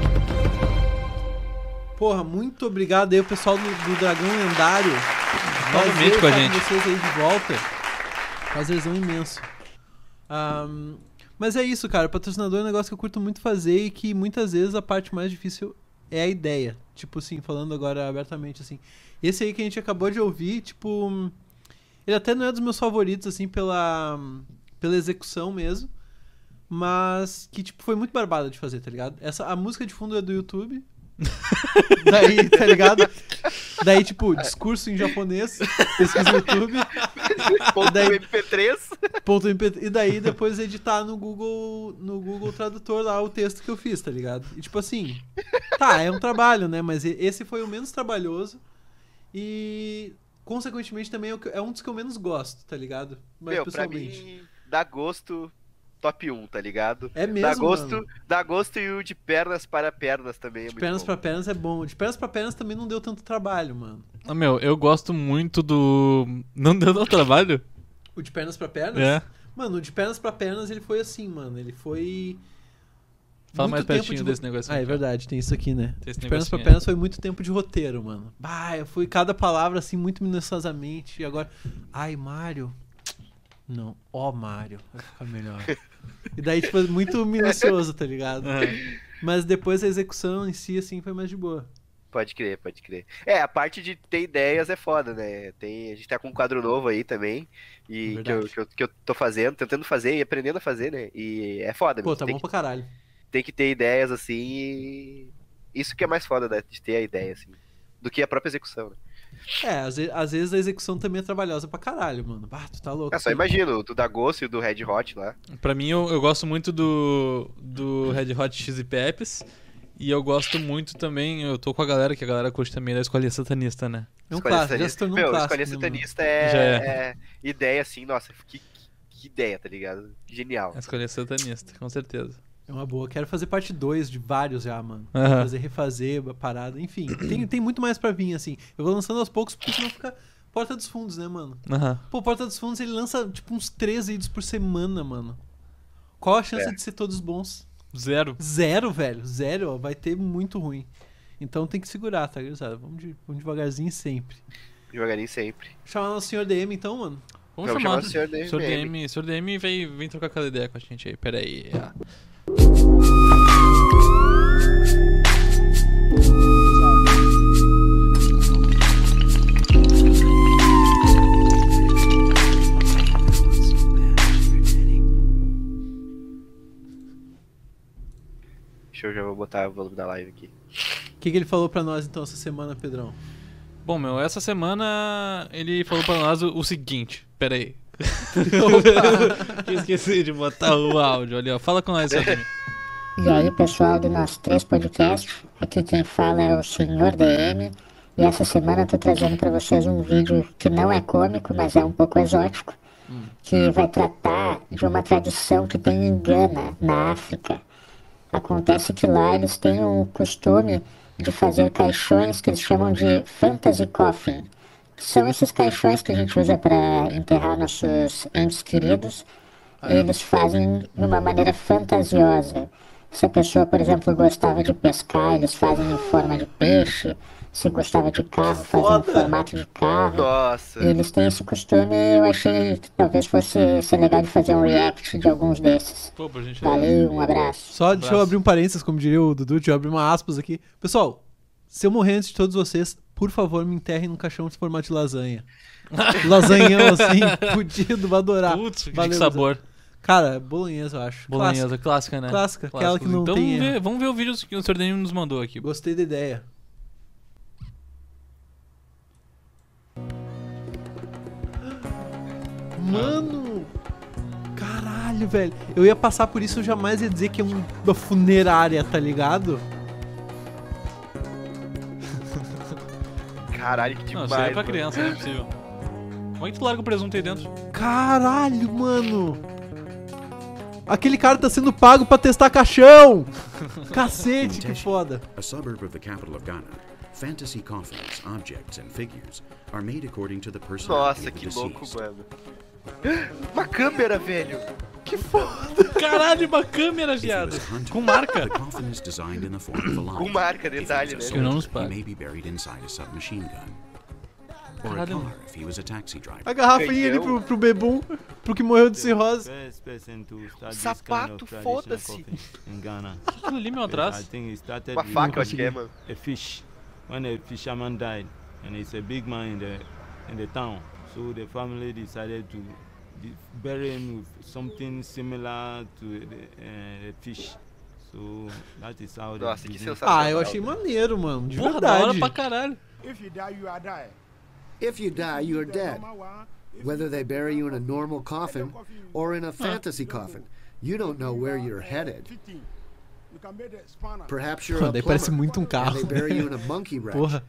C: Porra, muito obrigado aí, o pessoal do, do Dragão Lendário.
B: Novamente
C: Prazer
B: com a
C: estar
B: gente.
C: vocês aí de volta. Prazerzão imenso. Ahn, mas é isso, cara. Patrocinador é um negócio que eu curto muito fazer e que muitas vezes a parte mais difícil é a ideia. Tipo assim, falando agora abertamente, assim. Esse aí que a gente acabou de ouvir, tipo. hum, Ele até não é dos meus favoritos, assim, pela, pela execução mesmo. Mas que, tipo, foi muito barbada de fazer, tá ligado? Essa, a música de fundo é do YouTube. Daí, tá ligado? Daí, tipo, discurso em japonês, pesquisa no YouTube,
A: Ponto
C: Daí-
A: MP3.
C: ponto MP3, e daí depois editar no Google, no Google Tradutor lá o texto que eu fiz, tá ligado? E tipo assim, tá, é um trabalho, né? Mas e- esse foi o menos trabalhoso e, consequentemente, também é, o que- é um dos que eu menos gosto, tá ligado? Mas
A: Meu, pra
C: pessoalmente.
A: mim, dá gosto top 1, tá ligado?
C: é mesmo.
A: dá gosto,
C: mano.
A: dá gosto e o de pernas para pernas também é
C: De
A: muito
C: pernas
A: bom.
C: pra pernas é bom. De pernas pra pernas também não deu tanto trabalho, mano.
B: Ah, meu, eu gosto muito do. Não deu no trabalho?
C: O de pernas pra pernas?
B: É.
C: Mano, o de pernas pra pernas ele foi assim, mano. Ele foi.
B: Fala mais
C: muito tempo
B: pertinho
C: de-
B: desse negócio.
C: Ah, é
B: aqui, ó.
C: verdade, tem isso aqui, né?
B: Tem esse
C: De pernas
B: negocinho
C: pra
B: aí.
C: pernas foi muito tempo de roteiro, mano. Bah, eu fui cada palavra assim muito minuciosamente. E agora. Ai, Mário. Não, ó, Mário. Vai ficar melhor. e daí, tipo, muito minucioso, tá ligado?
B: Aham.
C: Mas depois a execução em si, assim, foi mais de boa.
A: Pode crer, pode crer. É, a parte de ter ideias é foda, né? Tem, a gente tá com um quadro novo aí também. E que eu,
C: Verdade.
A: que, eu, que eu tô fazendo, tentando fazer e aprendendo a fazer, né? E é foda,
C: Pô,
A: meu.
C: tá
A: tem,
C: bom pra caralho.
A: que, tem que ter ideias assim e. Isso que é mais foda, né? De ter a ideia, assim. Do que a própria execução, né?
C: É, às ve- às vezes a execução também é trabalhosa pra caralho, mano. Bah, tu tá louco.
A: É, só imagino, do Dagosto e do Red Hot lá.
B: Pra mim, eu, eu gosto muito do, do Red Hot Chili Peppers. E eu gosto muito também, eu tô com a galera, que a galera curte também da escolinha satanista, né?
C: É um
A: Escolha
C: clássico, já
A: satanista-
C: se tornou
A: Meu,
C: um clássico.
A: escolher
C: né, mano?
A: satanista é,
B: Já
A: é ideia, assim, nossa, que, que- que ideia, tá ligado? Genial.
B: A escolinha satanista, com certeza.
C: É uma boa. Quero fazer parte 2 de vários já, mano.
B: Aham.
C: Fazer, refazer, a parada. Enfim, tem, tem muito mais pra vir, assim. Eu vou lançando aos poucos, porque senão fica Porta dos Fundos, né, mano?
B: Aham.
C: Pô, Porta dos Fundos, ele lança, tipo, uns 3 vídeos por semana, mano. Qual a chance
A: É.
C: de ser todos bons?
B: Zero.
C: Zero, velho. Zero, ó. Vai ter muito ruim. Então tem que segurar, tá, gurizada? Vamos, de- vamos devagarzinho sempre.
A: Devagarinho sempre.
C: Chamar nosso senhor DM, então, mano?
B: Vamos
A: Vamos
B: chamar.
A: chamar o senhor DM.
B: Senhor DM, senhor DM vem, vem trocar aquela ideia com a gente aí, peraí. Ah.
A: Deixa eu já vou botar o volume da live aqui.
C: O que, que ele falou pra nós, então, essa semana, Pedrão?
B: Bom, meu, essa semana ele falou pra nós o, o seguinte, peraí. Que eu esqueci de botar o áudio ali, ó. Fala com nós, senhor DM.
I: E aí, pessoal do nosso três podcast, aqui quem fala é o Senhor DM. E essa semana eu tô trazendo para vocês um vídeo que não é cômico, mas é um pouco exótico, que vai tratar de uma tradição que tem em Gana, na África. Acontece que lá eles têm o costume de fazer caixões que eles chamam de fantasy coffin. que São esses caixões que a gente usa para enterrar nossos entes queridos. Eles fazem de uma maneira fantasiosa. Se a pessoa, por exemplo, gostava de pescar, eles fazem em forma de peixe. Se gostava de carro, fazem em formato de carro.
A: Nossa!
I: Eles têm esse costume e eu achei que talvez fosse ser legal de fazer um react de alguns desses.
B: Pô, pra gente.
I: Valeu, um abraço.
C: Só deixa eu
B: abraço.
C: abrir um parênteses, como diria o Dudu, deixa eu abrir uma aspas aqui. Pessoal, se eu morrer antes de todos vocês, por favor, me enterrem num caixão de formato de lasanha. Lasanhão assim, fudido, vou adorar.
B: Putz, de
C: Valeu,
B: que sabor.
C: Cara, bolonhesa, eu acho. Clássico.
B: Bolonhesa, clássica, né?
C: Clássica, aquela que não
B: então,
C: tem
B: Vamos
C: erro.
B: ver, vamos ver o vídeo que o Sr. Denim nos mandou aqui.
C: Gostei da ideia. Mano! Caralho, velho. Eu ia passar por isso, eu jamais ia dizer que é um- uma funerária, tá ligado?
A: Caralho, que
B: Não,
A: demais.
B: isso aí é pra
A: mano.
B: criança, não é possível. Como é que tu larga o presunto aí dentro?
C: Caralho, mano! Aquele cara tá sendo pago pra testar caixão! Cacete, que foda!
J: A suburb of the capital of Ghana, fantasy coffins, objects, and figures are made according to the personality
A: Nossa,
J: of the
A: que louco,
J: deceased.
A: mano. Uma câmera, velho. Que foda.
B: Caralho, uma câmera, viado! Com marca!
J: The coffin is designed in the form of a lion.
A: Com marca,
J: If he's
A: detalhe,
J: a
A: né?
B: Que não nos
J: soldier,
B: paga.
J: he may be buried inside a submachine gun. Or a
B: Caralho.
J: car if he was a taxi driver.
C: A garrafinha ali pro, pro bebum, pro que morreu de cirrose.
A: Sapato, foda-se.
B: Aquilo ali, meu, atrás.
A: Uma faca, eu acho que é, mano.
K: a fish when a fisherman died and it's a big man in the in the town so the family decided to de- bury him with something similar to the, uh, the fish so that is how the
A: Nossa, que
K: business
A: sensacional.
C: Ah, eu achei maneiro, mano. De
B: Porra, da hora
C: verdade.
B: pra caralho.
L: If you die, you are die.
H: If you die, you are dead. Whether they bury you in a normal coffin or in a fantasy coffin, you don't know where you're headed.
L: You can make the spanner.
H: Perhaps you're
C: Mano,
H: a
C: daí
H: plumber
C: parece muito um
H: and
C: carro.
H: they bury you in a monkey wrench.
C: Porra.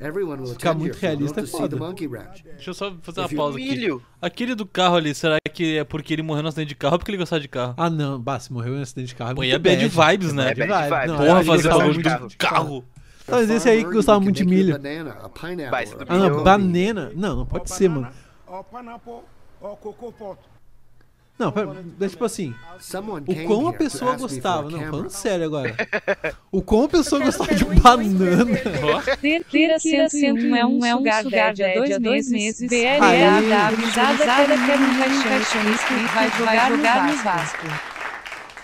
H: Everyone will
C: Ficar
H: attend your
C: muito
H: funeral
C: realista é
H: to see the
C: foda.
H: monkey wrench.
B: Deixa eu só fazer uma
H: If you-
B: pausa aqui.
A: Milho.
B: Aquele do carro ali, será que é porque ele morreu no acidente de carro ou porque ele gostava de carro?
C: Ah, não. Bah, se morreu em um acidente de carro.
B: Pô,
C: muito
B: e é bad vibes,
A: É
B: né?
A: bad vibes.
C: Não,
B: Porra,
C: Ah, ele
B: fazer
C: gostava
B: bagulho
C: muito
B: de carro.
C: Talvez esse aí que gostava muito de milho.
H: Banana, a pineapple,
A: Vai, se
H: or a
A: tu
C: Ah, não.
A: Milho.
C: Banana. Não, não
L: Or
C: pode ser,
L: banana,
C: mano.
L: Or pineapple, or cocoa pot.
C: Não, pera, é tipo assim.
H: Someone
C: O
H: came
C: quão a
H: here to
C: pessoa
H: ask me for a
C: gostava. Não,
H: camera.
C: falando sério agora. O quão a pessoa gostava de banana.
E: Ter, ter a 101 é um, é um sugar, daddy há dois meses. BLA, amizada, cada que é um caixonista e vai jogar no Vasco.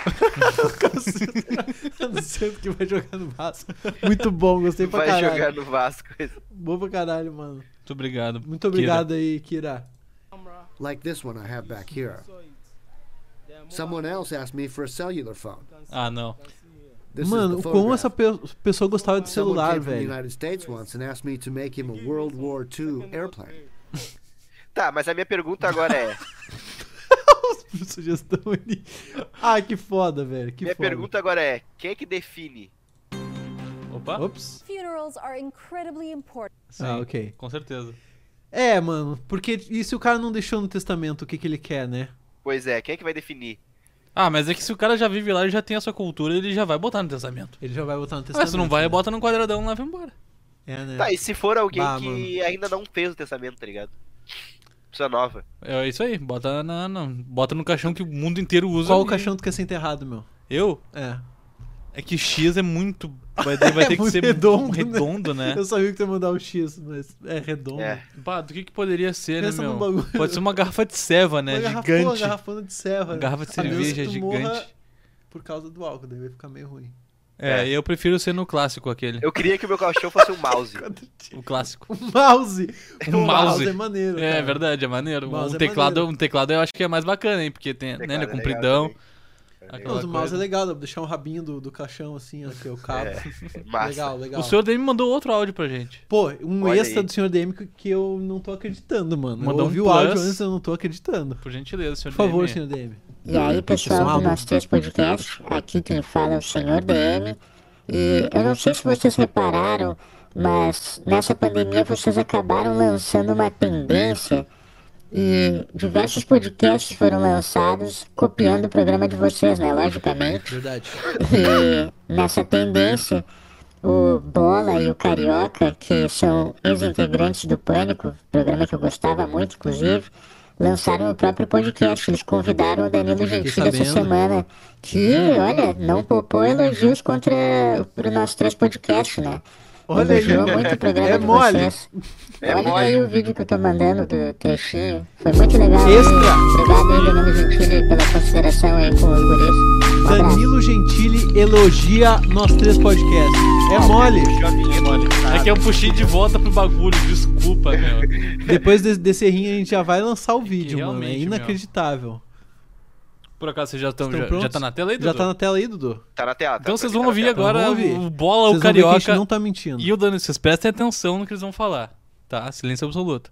C: Eu não sei o que vai jogar no Vasco. Muito bom, gostei pra
A: Vai
C: caralho.
A: jogar no Vasco.
C: Bom pra caralho, mano.
B: Muito obrigado.
C: Muito obrigado aí, Kira.
H: like this one I have back here. Someone else asked me for a cellular phone.
B: Kira. Ah, não.
H: This
C: Mano,
H: is the
C: como
H: photograph.
C: essa pe- pessoa gostava de
H: Someone
C: celular,
H: came from the
C: velho.
H: United States once and asked me to make him a World War II airplane.
A: Tá, mas a minha pergunta agora é.
C: Sugestão ali. Ah, que foda, velho. Que
A: minha
C: foda.
A: pergunta agora é: quem é que define?
B: Opa.
C: Ops.
M: Funerals are incredibly important.
B: Sim,
C: Ah, ok.
B: Com certeza.
C: É, mano, porque e se o cara não deixou no testamento o que, que ele quer, né?
A: Pois é, quem é que vai definir?
B: Ah, mas é que se o cara já vive lá, ele já tem a sua cultura, ele já vai botar no testamento.
C: Ele já vai botar no testamento.
B: Ah, se não vai,
C: né?
B: bota num quadradão lá e vai embora.
C: É, né?
A: Tá, e se for alguém
C: Bah,
A: que
C: mano.
A: ainda não fez o testamento, tá ligado? Pessoa nova.
B: É isso aí, bota na, na- bota no caixão que o mundo inteiro usa.
C: Qual o
B: e-
C: caixão tu quer ser enterrado, é meu?
B: Eu?
C: É.
B: É que X é muito. Vai, ter- vai
C: É
B: ter que
C: muito
B: ser
C: redondo,
B: redondo, redondo né?
C: Eu sabia que tu ia mandar o X, mas é redondo.
A: É.
B: Bah, do que, que poderia ser,
C: Pensa
B: né,
C: num
B: meu?
C: bagulho.
B: Pode ser uma garrafa de ceva, né?
C: Uma garrafa-
B: Gigante.
C: Uma garrafona de serra.
B: Uma
C: né?
B: garrafa de
C: A menos que
B: cerveja é
C: tu
B: gigante.
C: morra Por causa do álcool, daí vai ficar meio ruim.
B: É, eu prefiro ser no clássico aquele.
A: Eu queria que o meu caixão fosse um mouse.
B: Né, O clássico.
C: O mouse!
B: Tipo, Um
C: O
B: mouse.
C: é maneiro.
B: É,
C: cara.
B: verdade, é maneiro.
C: Mouse
B: Um
C: é
B: teclado, um
C: maneiro.
B: teclado eu acho que é mais bacana, hein? Porque tem, né,
A: Teclado
B: ele é
A: legal
B: compridão.
A: também.
C: Não,
B: aquela
C: Mas o mouse
B: coisa.
C: é legal, dá pra deixar um rabinho do, do caixão assim, ó, que é o cabo.
A: Massa.
C: Legal, legal.
B: O senhor daí me mandou outro áudio pra gente.
C: Pô, um
A: Olha
C: extra
A: aí.
C: do Senhor DM que- que eu não tô acreditando, mano.
B: Mandou
C: eu
B: um
C: ouvi o
B: plus.
C: áudio antes, eu não tô acreditando.
B: Por gentileza, senhor
C: Por favor,
B: DM.
C: Senhor DM.
I: E aí, pessoal
C: Pessoal.
I: do Nós Três Podcast, aqui quem fala é o Senhor DM. E eu não sei se vocês repararam, mas nessa pandemia vocês acabaram lançando uma tendência e diversos podcasts foram lançados copiando o programa de vocês, né? Logicamente.
C: Verdade.
I: E nessa tendência, o Bola e o Carioca, que são ex-integrantes do Pânico, programa que eu gostava muito, inclusive, lançaram o próprio podcast. Eles convidaram o Danilo Gentili essa
C: sabendo.
I: semana, que, olha, não poupou elogios contra o nosso três podcast, né?
C: Olha aí,
I: Elogiou muito o programa
C: é
I: de
C: mole.
I: vocês.
A: É
I: Olha
A: mole.
I: aí o vídeo que eu tô mandando do trechinho. Foi muito legal. aí.
C: Extra.
I: Obrigado aí, Danilo Gentili, pela consideração aí com os guris. Um abraço.
C: Danilo Gentili elogia nós três podcasts. É mole.
B: É que eu puxei de volta pro bagulho, desculpa, meu.
C: Depois de- desse rinho a gente já vai lançar o vídeo, mano. É
B: realmente,
C: inacreditável.
B: Por acaso vocês já estão.
C: Estão
B: Já,
C: prontos?
B: já tá na tela aí,
C: Já
B: Dudu?
C: tá na tela aí, Dudu.
A: Tá na tela. tá?
B: Então vocês
A: Tá
B: vão
A: na
B: ouvir
A: tela.
B: agora
C: Vamos ouvir.
B: o Bola,
C: Vocês
B: o
C: vão ver que a gente
B: Carioca
C: não tá mentindo.
B: e o Danilo. Vocês prestem atenção no que eles vão falar. Tá? Silêncio absoluto.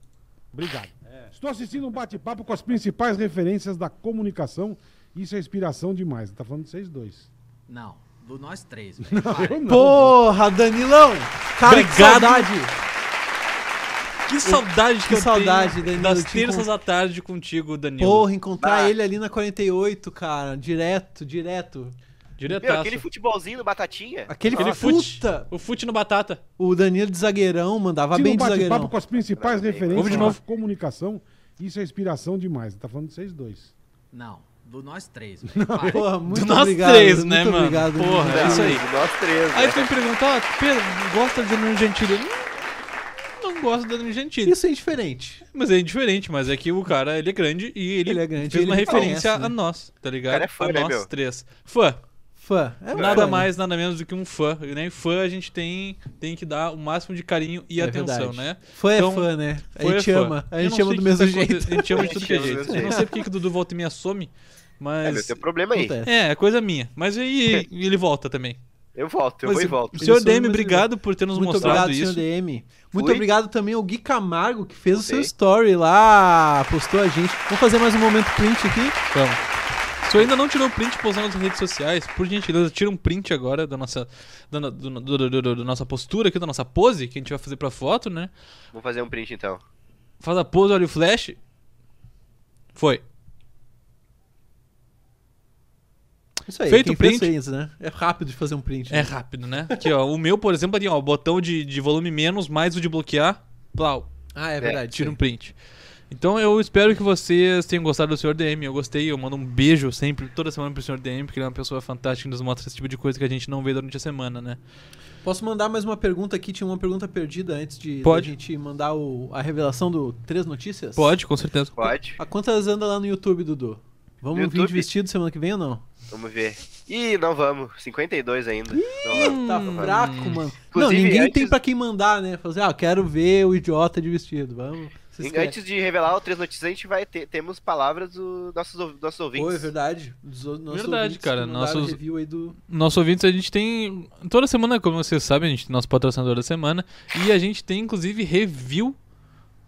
L: Obrigado. Estou assistindo um bate-papo com as principais referências da comunicação. Isso é inspiração demais. Tá falando de vocês dois.
N: Não, do nós três, velho.
L: Eu não.
C: Porra, Danilão! Cara, que
B: Obrigado.
C: saudade!
B: Que saudade tipo- que,
C: Que
B: eu
C: saudade,
B: tenho
C: Danilo,
B: das
C: te
B: terças
C: encon-
B: à tarde contigo, Danilo.
C: Porra, encontrar
A: Ah.
C: ele ali na 48, cara. Direto, direto.
B: tá?
A: Meu, aquele futebolzinho do Batatinha.
C: Aquele
B: Aquele
C: fute.
B: O fute no batata.
C: O Danilo de zagueirão mandava
L: Se
A: um
C: bem
L: não
C: de
L: bate
C: zagueirão.
L: papo com as principais
B: Ouve
L: referências
B: de
L: de
B: novo.
L: comunicação, isso é inspiração demais. Tá falando de vocês dois.
N: Não, do nós três.
C: Porra,
N: Porra,
C: muito
B: Do nós
C: obrigado,
B: três,
C: muito
B: né, mano?
C: obrigado,
B: Porra,
C: muito
B: é isso aí.
A: obrigado. Nós três,
B: Aí
A: né?
B: tu me perguntar, ah, Pedro, gosta de Danilo Gentili? Eu, "Hum, Não gosto de Danilo Gentili.
C: Isso é indiferente.
B: Mas é indiferente, mas é que o cara, ele é grande e ele,
C: Ele é grande,
B: fez uma
C: ele
B: referência
C: reconhece, né?
B: a nós, tá ligado?
A: O cara é fã,
B: a
A: né,
B: nós
A: meu?
B: três. Fã.
C: Fã. É um
B: nada
C: fã, né?
B: mais, nada menos do que um fã. E nem fã a gente tem, tem que dar o máximo de carinho e
C: É
B: atenção,
C: verdade.
B: né?
C: Fã é fã, né? A
B: fã
C: gente
B: é fã.
C: ama. A
B: Eu
C: gente
B: não sei
C: ama
B: o
C: do
B: que
C: mesmo
B: tá aconte-
C: jeito.
B: A gente ama de
A: A
B: tudo
A: gente
B: que é
A: ama do
B: jeito.
A: mesmo
B: Eu não sei porque que o Dudu volta e me assome, mas...
A: É meu teu problema aí.
C: Acontece.
B: É, é coisa minha. Mas aí ele volta também.
A: Eu volto, eu
B: Mas
A: vou e
B: o-
A: volto.
B: o senhor
C: Ele some,
B: DM,
C: mas ele
B: obrigado por ter nos
C: Muito
B: mostrado
C: obrigado,
B: isso.
C: senhor DM. Muito
A: Fui.
C: obrigado também ao Gui Camargo, que fez o seu
A: Voltei.
C: story lá, postou a gente. Vamos fazer mais um momento print aqui?
B: Vamos. Se ainda não tirou o print e postou nas redes sociais, por gentileza, tira um print agora da nossa, da, no- do- do- do- do- da nossa postura aqui, da nossa pose, que a gente vai fazer pra foto, né?
A: Vou fazer um print então.
B: Faz a pose, olha o flash. Foi.
C: Isso aí,
B: Feito
C: quem
B: o print.
C: fez, fez, né? É rápido de fazer um print.
B: É
C: né?
B: rápido, né? Aqui, ó. O meu, por exemplo, ali, ó. O botão de, de volume menos, mais o de bloquear. Plau.
C: Ah, é verdade.
B: Tira um
C: isso
B: print. Então eu espero que vocês tenham gostado do Sr. DM. Eu gostei, eu mando um beijo sempre, toda semana pro Sr. DM, porque ele é uma pessoa fantástica e nos mostra esse tipo de coisa que a gente não vê durante a semana, né?
C: aí. Posso mandar mais uma pergunta aqui? Tinha uma pergunta perdida antes de da
B: Pode.
C: gente mandar o- a revelação do Três Notícias?
B: Pode, com certeza.
A: Pode.
C: A quantas anda lá no YouTube, Dudu? Vamos
A: No
C: no vídeo
A: YouTube?
C: vestido semana que vem ou não?
A: Vamos ver. Ih, não vamos. 52 ainda. Não vamos.
C: Tá fraco, mano. Não,
A: Hum. Inclusive,
C: ninguém tem
A: antes-
C: pra quem mandar, né? Fazer, ah, eu quero ver o idiota de vestido. Vamos. se inscreve.
A: Antes de revelar outras notícias, a gente vai ter temos palavras dos nossos, ou- nossos ouvintes.
C: Pô, é verdade. Dos ou- nossos
B: Verdade,
C: ouvintes que
B: cara,
C: mandaram
B: nossos-
C: review aí do...
B: Nosso ouvintes, a gente tem. Toda semana, como vocês sabem, a gente tem nosso patrocinador da semana. E a gente tem, inclusive, review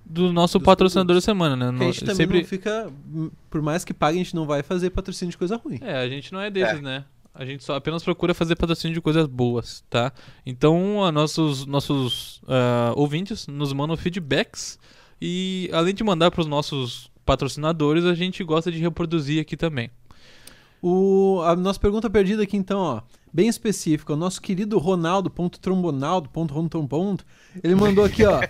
B: do nosso
C: Dos
B: patrocinador da semana, né?
C: Porque a gente
B: No-
C: também
B: sempre-
C: não fica... hum, Por mais que pague, a gente não vai fazer patrocínio de coisa ruim.
B: É, a gente não é desses, né? A gente só apenas procura fazer patrocínio de coisas boas, tá? Então, a nossos, nossos ah, ouvintes nos mandam feedbacks. E além de mandar para os nossos patrocinadores, a gente gosta de reproduzir aqui também.
C: O, a nossa pergunta perdida aqui, então, ó, bem específica. O nosso querido Ronaldo.trombonaldo.rontompondo, ele mandou aqui, ó.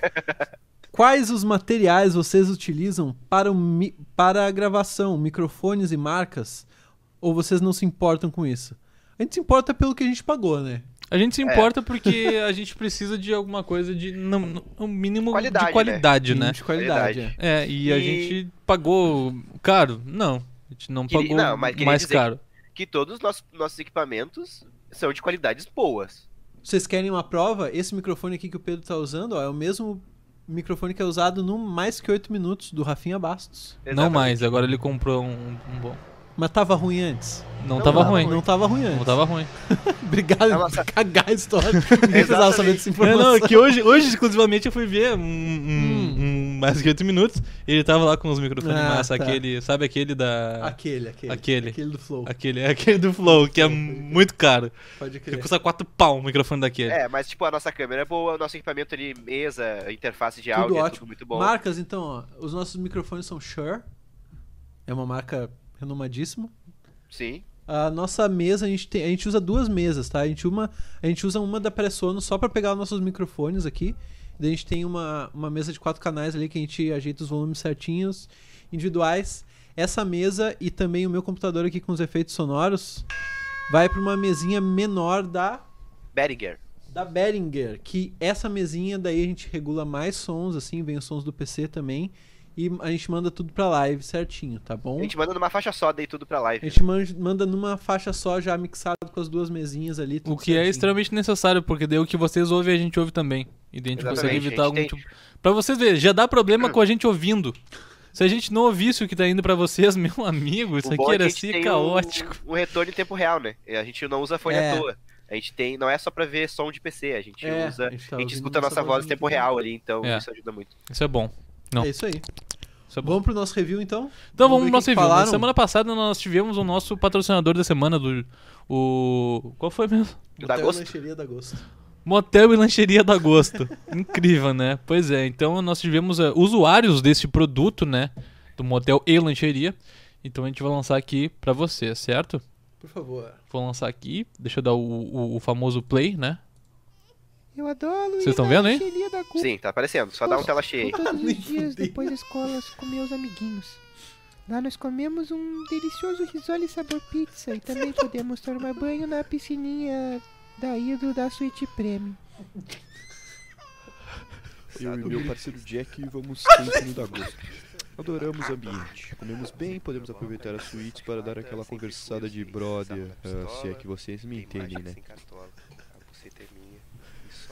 C: Quais os materiais vocês utilizam para, o mi- para a gravação, microfones e marcas? Ou vocês não se importam com isso? A gente se importa pelo que a gente pagou, né?
B: A gente se
A: É.
B: importa porque a gente precisa de alguma coisa de, no, no mínimo,
A: Qualidade,
B: de
A: né?
B: qualidade, né?
C: Mínimo De qualidade.
A: Verdade.
C: é.
B: É, e, a
A: E-
B: gente pagou caro? Não. A gente não
A: Queria-
B: pagou
A: não, mas queria
B: mais
A: dizer que-
B: caro.
A: Que todos os nossos, nossos equipamentos são de qualidades boas.
C: Vocês querem uma prova? Esse microfone aqui que o Pedro tá usando, ó, é o mesmo microfone que é usado no Mais Que Oito Minutos, do Rafinha Bastos.
B: Não
A: Exatamente.
B: mais, agora ele comprou um, um bom.
C: Mas tava ruim antes.
B: Não, tava ruim.
C: Não tava ruim antes.
B: Não tava ruim.
C: Obrigado
A: É uma
C: por cagar a história. Ninguém precisava saber dessa
B: É,
C: informação.
B: não, é que hoje, hoje, exclusivamente, eu fui ver um,
A: Hum.
B: um- um mais de 8 minutos. Ele tava lá com os microfones
C: Ah,
B: massa,
C: tá.
B: aquele, sabe aquele da.
C: Aquele, aquele.
B: Aquele.
C: Aquele do Flow.
B: Aquele, aquele do Flow, que é muito caro.
C: Pode crer.
B: Que custa 4 pau o microfone daquele.
A: É, mas tipo, a nossa câmera é boa, o nosso equipamento ali, mesa, interface de
C: Tudo
A: áudio, é
C: ótimo.
A: tudo muito bom.
C: Marcas, então, ó. Os nossos microfones são Shure. É uma marca renomadíssima.
A: Sim.
C: A nossa mesa, a gente, tem, a gente usa duas mesas, tá? A gente, uma, a gente usa uma da Pressono só pra pegar os nossos microfones aqui. Daí a gente tem uma, uma mesa de quatro canais ali que a gente ajeita os volumes certinhos, individuais. Essa mesa e também o meu computador aqui com os efeitos sonoros vai pra uma mesinha menor da
A: Behringer.
C: da Behringer, que essa mesinha daí a gente regula mais sons, assim, vem os sons do PC também, e a gente manda tudo pra live certinho, tá bom?
A: A
B: Hum?
A: gente manda numa faixa só, daí tudo pra
C: A
A: live.
C: gente man- manda numa faixa só, já mixado com as duas mesinhas ali. tudo
B: O que é
C: certinho.
B: extremamente necessário, porque daí o que vocês ouvem, a gente ouve também. E daí a gente consegue
A: Exatamente,
B: evitar
A: a
B: algum
A: gente tem- um
B: tipo. Pra vocês verem, já dá problema com a gente ouvindo. Se a gente não ouvisse o que tá indo pra vocês, meu amigo, isso
A: O bom
B: aqui
A: é que a
B: era
A: gente
B: assim
A: tem um-
B: caótico.
A: Um, retorno em tempo real, né? A gente não usa fone
C: É.
A: à toa. A gente tem, não é só pra ver som de PC, a gente
C: É,
A: usa,
C: a
A: a
C: gente
A: gente,
B: Então,
C: tá ouvindo
A: escuta a
C: nossa
A: nossa voz em
C: vozinha.
A: tempo real ali, então
B: É.
A: isso ajuda muito.
B: Isso é bom. Não.
C: É isso aí.
B: Isso é bom.
C: Vamos pro nosso review então?
B: Então vamos pro
C: ver o
B: nosso
C: que que
B: review. Na
C: falaram.
B: semana passada nós tivemos o nosso patrocinador da semana do. O. Qual foi mesmo?
A: Da
C: Boteco
A: Gosto?
C: Lancheria da Gosto.
B: Motel e lancheria da Gosto. Incrível, né? Pois é, então nós tivemos uh, usuários desse produto, né? Do motel e lancheria. Então a gente vai lançar aqui pra você, certo?
C: Por favor.
B: Vou lançar aqui, deixa eu dar o, o- o famoso play, né?
O: Eu adoro
B: Vocês estão vendo, hein? Ah,
O: lancheria da Gu.
A: Sim, tá aparecendo. Só dá um tela cheia aí.
O: Todos os dias depois da escola com meus amiguinhos. Lá nós comemos um delicioso risole sabor pizza e também podemos tomar banho na piscininha da Hidro da Suíte Premium.
P: Eu e meu parceiro Jack vamos sempre no Dagosto. Adoramos o ambiente. Comemos bem, podemos aproveitar as suítes para dar aquela conversada de brother, ah, se é que vocês me entendem, né?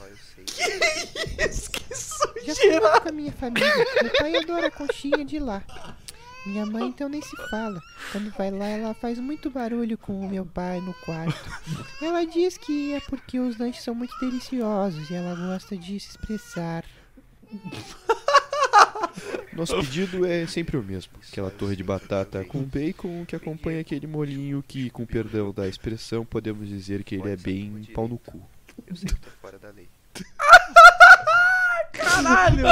A: É
O: Que isso, que sujeira! Já fui com a minha família. Meu pai adora a conchinha de lá. Minha mãe então nem se fala. Quando vai lá, ela faz muito barulho com o meu pai no quarto. Ela diz que é porque os lanches são muito deliciosos e ela gosta de se expressar.
P: Nosso pedido é sempre o mesmo, aquela torre de batata com bacon que acompanha aquele molinho que, com perdão da expressão, podemos dizer que ele é bem pau no cu.
A: Eu sei que tô fora da lei.
C: Caralho!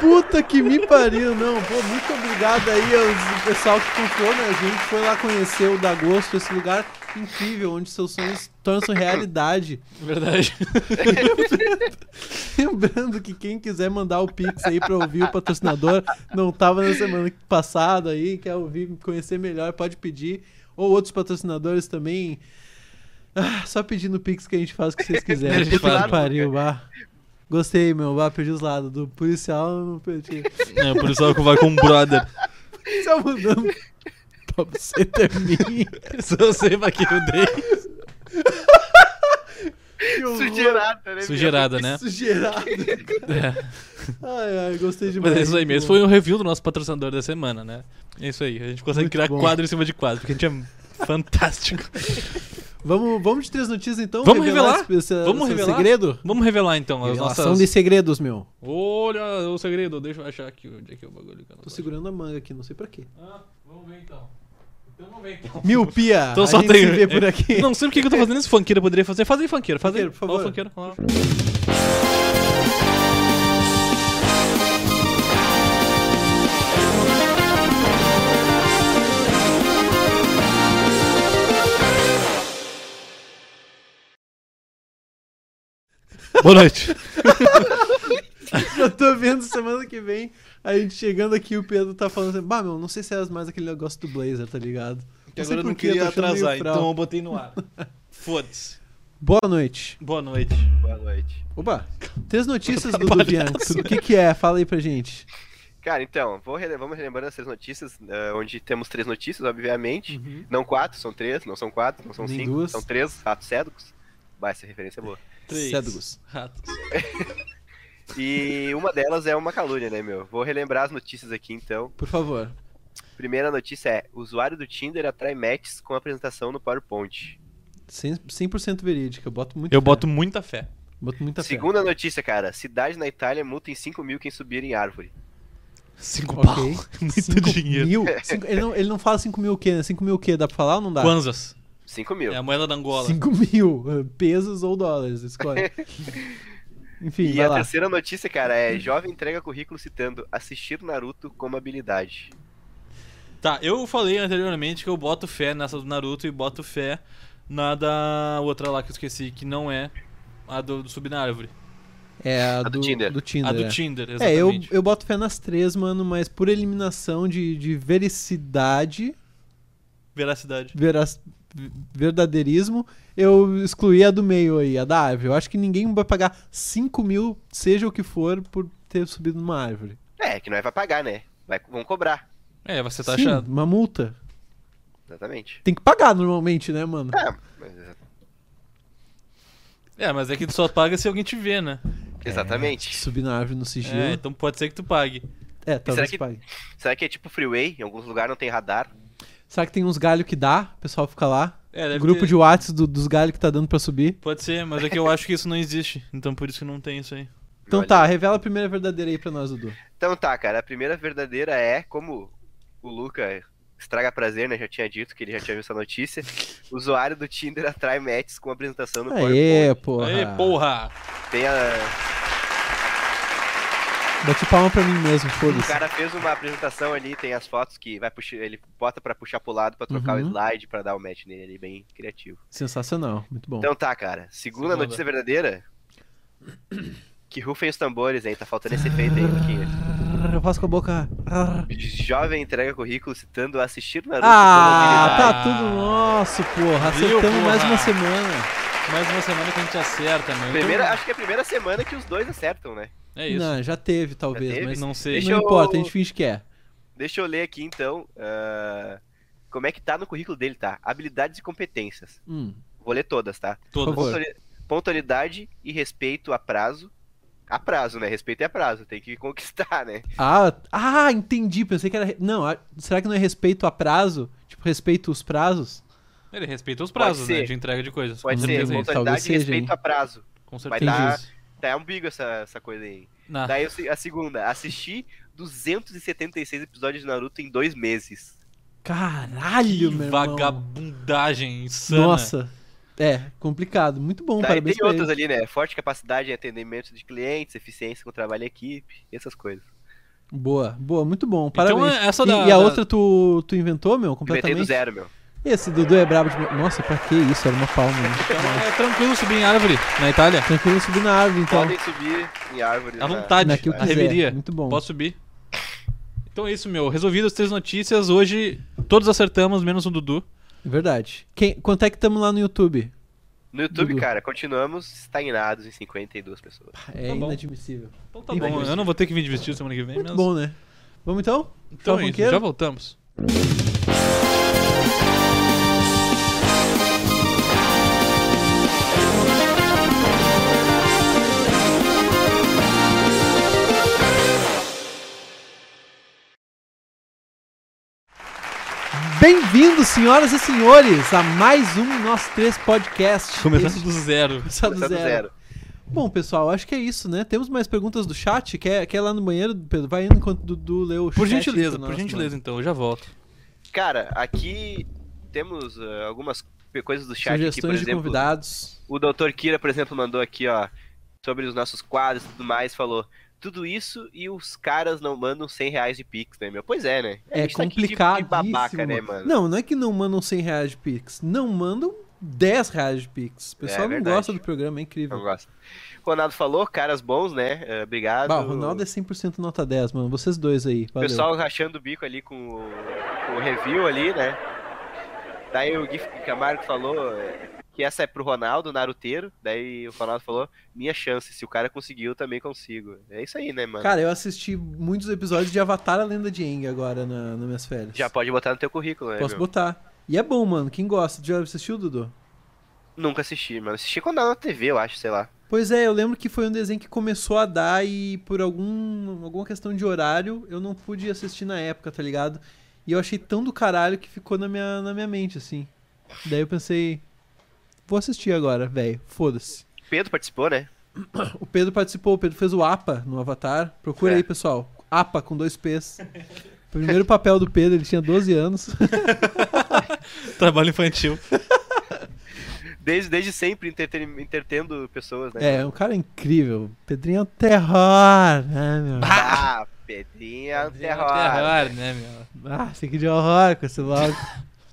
C: Puta que me pariu, não. Pô, muito obrigado aí ao pessoal que contou, né? A gente foi lá conhecer o Dagosto, esse lugar incrível onde seus sonhos tornam-se realidade.
B: Verdade.
C: Lembrando que quem quiser mandar o Pix aí pra ouvir o patrocinador, não tava na semana passada aí, quer ouvir, conhecer melhor, pode pedir. Ou outros patrocinadores também. Ah, só pedindo Pix que a gente faz o que vocês
B: A
C: quiserem.
B: gente
C: Puta
B: faz.
C: que pariu, bah. Gostei, meu. Bah, perdi os lados. Do policial eu não perdi.
B: É, o policial que vai com o brother.
C: policial mandando. Pra você ter mim.
B: Só sei pra que eu dei.
C: Que horror.
A: Sujeirada, né?
B: Sujeirada, né?
C: Sujeirada.
B: É.
C: Ai, ai, gostei demais. tipo,
B: Mas é isso aí
C: muito
B: mesmo.
C: bom.
B: Foi um review do nosso patrocinador da semana, né? É isso aí. A gente consegue
C: Muito
B: criar
C: bom.
B: quadro em cima de quadro, porque a gente é fantástico.
C: Vamos, vamos de três notícias então?
B: Vamos revelar?
C: esse- esse-
B: Vamos
C: esse
B: revelar?
C: segredo?
B: Vamos revelar então as
C: Revelação
B: nossas.
C: de segredos, meu.
B: Olha o segredo, deixa eu achar aqui onde é que é o bagulho. que eu não
C: Tô segurando a manga aqui, não sei pra quê.
B: Ah, vamos ver então. Então vamos ver então.
C: Miopia!
B: Então
C: a
B: só
C: gente
B: tem.
C: se vê por aqui.
B: Não sei por que que eu tô fazendo isso, funkeira poderia fazer. Faz aí, funkeira, faz aí.
C: Funkeiro, por favor.
B: Ó, funkeiro, ó. Boa noite.
C: Já tô vendo semana que vem. A gente chegando aqui, o Pedro tá falando assim, bah, meu, não sei se é mais aquele negócio do Blazer, tá ligado?
B: Que
C: Não sei
B: agora eu não
C: por quê, tô
B: queria
C: achando meio
B: atrasar,
C: frau.
B: então eu botei no ar. Foda-se.
C: Boa noite.
B: Boa noite.
A: Boa noite.
C: Opa, três notícias do
B: Tá Palhaço.
C: Duvianx. O que que é? Fala aí pra gente.
A: Cara, então, vou rele- vamos relembrando essas notícias, eh, onde temos três notícias, obviamente. Não quatro, são três, não são quatro, não são
C: Uhum. Nem
A: cinco,
C: duas.
A: são três, ratos cédicos. Vai, essa referência é boa.
B: Três.
C: Cédugos.
B: Ratos.
A: E uma delas é uma calúnia, né, meu? Vou relembrar as notícias aqui, então.
C: Por favor.
A: Primeira notícia é, usuário do Tinder atrai matches com apresentação no PowerPoint.
C: 100%, 100% verídica. Eu boto muito
B: Eu
C: fé.
B: boto muita fé.
C: boto muita fé.
A: Segunda notícia, cara, cidade na Itália multa em 5 mil quem subir em árvore.
B: Cinco
C: Ok.
B: pau. Muito
C: Cinco
B: dinheiro. É.
C: mil? Cinco- ele, não, ele não fala 5 mil o quê, né? 5 mil o quê? Dá pra falar ou não dá?
B: Kwanzas.
A: 5 mil.
C: um
B: É a moeda da Angola.
C: 5 mil. eh, Pesos ou dólares, escolhe. Enfim,
A: E
C: vai
A: a
C: lá.
A: terceira notícia, cara, é jovem entrega currículo citando assistir Naruto como habilidade.
B: Tá, eu falei anteriormente que eu boto fé nessa do Naruto e boto fé na da outra lá que eu esqueci, que não é a do, do Subir na Árvore.
C: É a, do, do Tinder.
B: A do
C: é.
B: Tinder,
C: É, eu,
B: exatamente.
C: eu boto fé nas três, mano, mas por eliminação de, de vericidade,
B: Veracidade.
C: veras- verdadeirismo, eu excluí a do meio aí, a da árvore. Eu acho que ninguém vai pagar 5 mil, seja o que for, por ter subido numa árvore.
A: É, que não é vai pagar, né? Vai, vão cobrar,
B: É, você
C: Sim, uma multa.
A: exatamente.
C: Tem que pagar normalmente, né, mano?
A: É, mas-
B: É, mas é que tu só paga se alguém te vê, né?
C: É.
A: exatamente.
C: Subir na árvore no sigilo.
B: É,
C: É,
B: então pode ser que tu pague.
A: será,
C: talvez
A: que,
C: pague.
A: será que é tipo freeway? Em alguns lugares não tem radar?
C: Será que tem uns galhos que dá? O pessoal fica lá.
B: É, deve
C: o grupo
B: ter.
C: de Whats do- dos galhos que tá dando pra subir.
B: Pode ser, mas é que eu acho que isso não existe. Então por isso que não tem isso aí.
C: Então tá, revela a primeira verdadeira aí pra nós, Dudu.
A: Então tá, cara, a primeira verdadeira é, como o Luca estraga prazer, né? Já tinha dito que ele já tinha visto a notícia. O usuário do Tinder atrai matches com apresentação no
C: Aê, porra.
B: Aê, porra.
A: Tem a...
C: Bati palma pra mim mesmo,
A: O
C: foda-se.
A: cara fez uma apresentação ali, tem as fotos que vai puxar, ele bota pra puxar pro lado pra trocar
C: Uhum.
A: o slide pra dar o match nele, ele é bem criativo.
C: Sensacional, muito bom.
A: Então tá, cara. Segunda,
B: Segunda.
A: notícia verdadeira. Que rufem os tambores, hein? Tá faltando esse efeito aí, Luquinha.
C: Arr, Eu faço com a boca. Arr.
A: Jovem entrega currículo citando assistir Naruto
C: Ah,
A: pela
C: tá tudo nosso, porra.
B: Viu,
C: Acertamos
B: porra?
C: mais uma semana.
B: Mais uma semana que a gente acerta,
C: tá.
B: meu.
A: Primeira, acho que é a primeira semana que os dois acertam, né?
B: É isso.
C: Não, já teve, talvez,
A: teve?
C: mas
B: Não sei.
A: Deixa
C: Não
A: eu-
C: importa, a gente finge que é.
A: Deixa eu ler aqui então. ah, como é que tá no currículo dele, tá? Habilidades e competências.
C: Hum.
A: Vou ler todas, tá?
B: Todas.
C: Por favor.
A: Pontuali- Pontualidade e respeito a prazo. A prazo, né? Respeito é a prazo, tem que conquistar, né?
C: Ah, ah, entendi. Pensei que era. re- Não, ah, será que não é respeito a prazo? Tipo, respeito os prazos?
B: Ele respeita os prazos,
A: Pode ser.
B: né? De entrega de coisas.
A: Pode
B: com
A: ser,
B: certeza é isso.
C: talvez
A: pontualidade e
C: seja,
A: respeito
C: hein?
A: a prazo.
B: Com
A: Vai
B: certeza.
A: dar,
C: Entendi.
A: tá umbigo essa, essa coisa aí.
B: Ah.
A: Daí eu se- a segunda, assisti 276 episódios de Naruto em dois meses.
C: Caralho, meu irmão.
B: Vagabundagem insana.
C: Nossa. É, complicado. Muito
A: Daí
C: bom, Hum, parabéns
A: Tá, tem
C: pra
A: outras
C: ele.
A: ali, né? Forte capacidade em atendimento de clientes, eficiência com trabalho em equipe, essas coisas.
C: Boa, boa, muito bom. Parabéns.
B: é essa
C: e,
B: da-
C: e a
B: da-
C: outra tu, tu inventou, meu?
A: Inventei do
C: Completamente?
A: zero, meu.
C: Esse Dudu é brabo de. Nossa, pra que isso? Era uma palma. Né?
B: É tranquilo subir em árvore na Itália.
C: Tranquilo subir na árvore, então.
A: Podem subir em árvores.
B: À
A: né?
B: vontade,
C: Na é que eu
B: na
C: quiser.
B: reveria.
C: Muito bom.
B: Ah, Posso subir. Então é isso, meu. Resolvido as três notícias. Hoje todos acertamos, menos o Dudu.
C: É Verdade. Quem... Quanto é que estamos lá no YouTube?
A: No YouTube,
C: Dudu.
A: cara, continuamos estagnados em 52 pessoas.
C: É
B: Tá bom.
C: inadmissível.
B: Então tá
C: Ih,
B: bom,
C: vai,
B: eu não vou ter que vir de vestido semana que vem.
C: Muito
B: mas-
C: bom, né? Vamos então?
B: Então
C: Fala
B: é
C: com
B: isso,
C: quem?
B: já voltamos.
C: Bem-vindos, senhoras e senhores, a mais um Nós Três Podcast.
B: Começando
C: Este-
B: do zero.
C: Começar Tá do
A: Começar Tá do
C: zero.
A: zero.
C: Bom, pessoal, acho que é isso, né? Temos mais perguntas do chat? Quer, quer ir lá no banheiro, Pedro? Vai indo enquanto o Dudu lê o
B: Por
C: chat
B: gentileza,
C: pra
B: por
C: nós,
B: gentileza, então, eu já volto.
A: Cara, aqui temos ah, algumas pe- coisas do chat
C: mano.
A: aqui, por
C: Sugestões de
A: exemplo.
C: convidados.
A: O Dr. Kira, por exemplo, mandou aqui, ó, sobre os nossos quadros e tudo mais, falou. Tudo isso e os caras não mandam 100 reais de Pix, né, meu? Pois é, né? A
C: É
A: gente tá aqui de- de
C: complicado.
A: babaca, né, mano?
C: Não, não é que não mandam 100 reais de Pix. Não mandam 10 reais de Pix. O pessoal não
A: É verdade.
C: gosta do programa, é incrível.
A: Não gosto. Ronaldo falou, caras bons, né? Eh, Obrigado.
C: Bah, o Ronaldo é 100% nota 10, mano. Vocês dois aí.
A: O
C: Valeu.
A: pessoal rachando o bico ali com o, com o review ali, né? Daí o Gui Camargo falou eh, que essa é pro Ronaldo, Naruteiro. Daí o Ronaldo falou, minha chance, se o cara conseguiu, eu também consigo. É isso aí, né, mano?
C: Cara, eu assisti muitos episódios de Avatar a Lenda de Aang agora na, nas minhas férias.
A: Já pode botar no teu currículo, né?
C: Posso
A: meu?
C: botar. E é bom, mano. Quem gosta? Tu Já assistiu, Dudu?
A: Nunca assisti, mano. Assisti quando era na TV, eu acho, sei lá.
C: Pois é, eu lembro que foi um desenho que começou a dar e por algum, alguma questão de horário eu não pude assistir na época, tá ligado? E eu achei tão do caralho que ficou na minha, na minha mente, assim. Daí eu pensei, vou assistir agora, velho. Foda-se.
A: Pedro participou, né?
C: O Pedro participou, o Pedro fez o APA no Avatar. Procura
A: É.
C: aí, pessoal. APA com dois P's. Primeiro papel do Pedro, ele tinha 12 anos.
B: Trabalho infantil.
A: Desde, desde sempre entreten- entretendo pessoas, né?
C: É, um cara incrível. Pedrinho é um terror, né, meu?
A: Ah, um Pedrinha
C: é um
A: Terror.
B: Terror, né, meu?
C: Ah, sei que de horror com esse logo.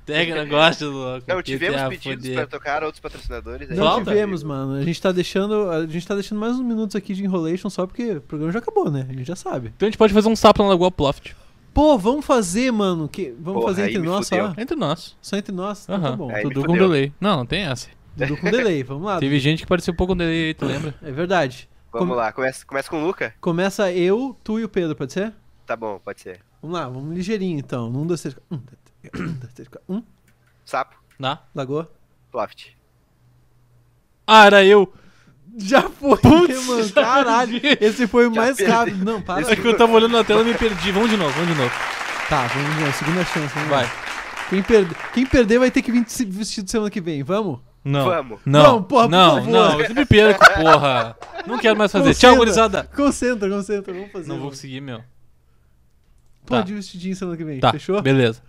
B: Pega, não gosta do louco.
A: Não,
B: que
A: tivemos
B: terra
A: pedidos
B: foder.
A: pra tocar outros patrocinadores. aí.
C: é Não
B: Falta?
C: tivemos, mano. A gente tá deixando. A gente tá deixando mais uns minutos aqui de enrolation só porque o programa já acabou, né? A gente já sabe.
B: Então a gente pode fazer um sapo na Lagoa Ploft.
C: Pô, vamos fazer, mano. Que, vamos
A: Porra,
C: fazer
A: aí
C: entre
A: me
C: nós
A: fudeu.
C: só.
B: Entre nós.
C: Só entre nós? Então
B: Aham.
C: tá bom.
A: Aí me Ah,
B: Dudu com
A: fudeu.
B: delay. Não, não tem essa.
C: Dudu com delay, vamos lá.
B: Teve gente que participou com delay, tu lembra?
C: É verdade.
A: Vamos
C: Come-
A: lá, começa, começa com o Luca?
C: Começa eu, tu e o Pedro, pode ser?
A: Tá bom, pode ser.
C: Vamos lá, vamos ligeirinho então. Um, dois, três, quatro. Um, dois, três, um, dois, três, quatro. Um,
A: Sapo,
B: Na.
C: lagoa.
A: Loft.
B: Ah, era eu.
C: Já foi, mano. Caralho. Esse foi o mais
A: perdi.
C: rápido. Não, para.
B: É que eu tava olhando na tela e me perdi. Vamos de novo, vamos de novo.
C: Tá, vamos lá. Segunda chance,
A: Hum.
C: vamos lá.
B: Vai.
C: Quem, perde... Quem perder vai ter que vir de- vestido semana que vem, vamos?
B: Não.
A: Vamos.
B: Não,
C: Não, porra, por
B: não,
C: favor.
B: não, eu sempre perco, porra. Não quero mais fazer.
C: Concentra,
B: Tchau, gurizada.
C: Concentra, concentra, vamos fazer.
B: Não vou
C: vamos.
B: conseguir, meu.
C: Pô,
B: tá.
C: de vestidinho semana que vem,
B: Tá,
C: fechou?
B: beleza.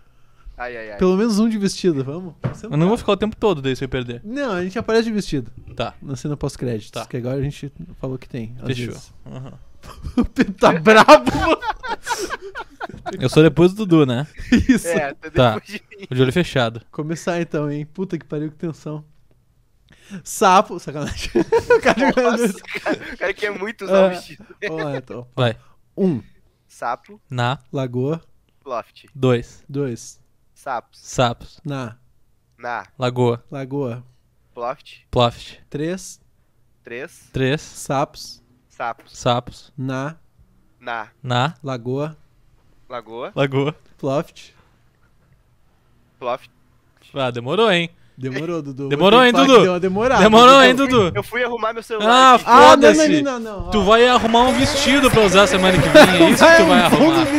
A: Ai, ai, ai.
C: Pelo menos um de vestido, vamos? é um
B: Eu não vou ficar o tempo todo daí sem perder.
C: Não, a gente aparece de vestido.
B: Tá.
C: Na cena pós-créditos.
B: Tá.
C: Que agora a gente falou que tem. às
B: Fechou.
C: vezes.
B: Aham.
C: o Pedro tá brabo, mano.
B: Eu sou depois do Dudu, né?
C: Isso.
A: É, tá
B: Tá.
A: depois de mim.
B: De olho fechado.
C: Começar então, hein? Puta que pariu, que tensão. Sapo. Sacanagem. O cara
A: Nossa, cara, o cara quer muito usar o
C: Ah,
A: vestido.
C: vamos lá, então.
B: Vai.
C: Um,
A: Sapo,
B: Na.
C: lagoa.
A: loft.
B: Dois.
C: Dois,
A: Sapos,
B: Sapos.
C: na,
A: na,
B: Lagoa.
C: lagoa.
A: loft.
B: Ploft.
C: Três,
A: Três,
B: Três.
C: sapos.
A: sapos,
B: Sapos.
C: Na,
A: na,
B: Na.
C: lagoa.
A: lagoa,
B: Lagoa.
C: Ploft.
A: loft.
B: Ah, demorou, hein?
C: Demorou, Dudu.
B: Demorou,
C: Vou ter
B: hein,
C: que falar
B: Dudu?
C: que Deu uma
A: Tá,
C: demorada.
B: Demorou, hein,
A: Eu fui-
B: Dudu?
A: Eu fui arrumar meu celular.
B: Ah,
A: aqui. é
C: Ah, não,
B: foda-se.
C: não, não, não, ó.
B: Tu vai arrumar um vestido pra usar semana que vem. É isso que tu vai
C: um fundo
B: arrumar. Tá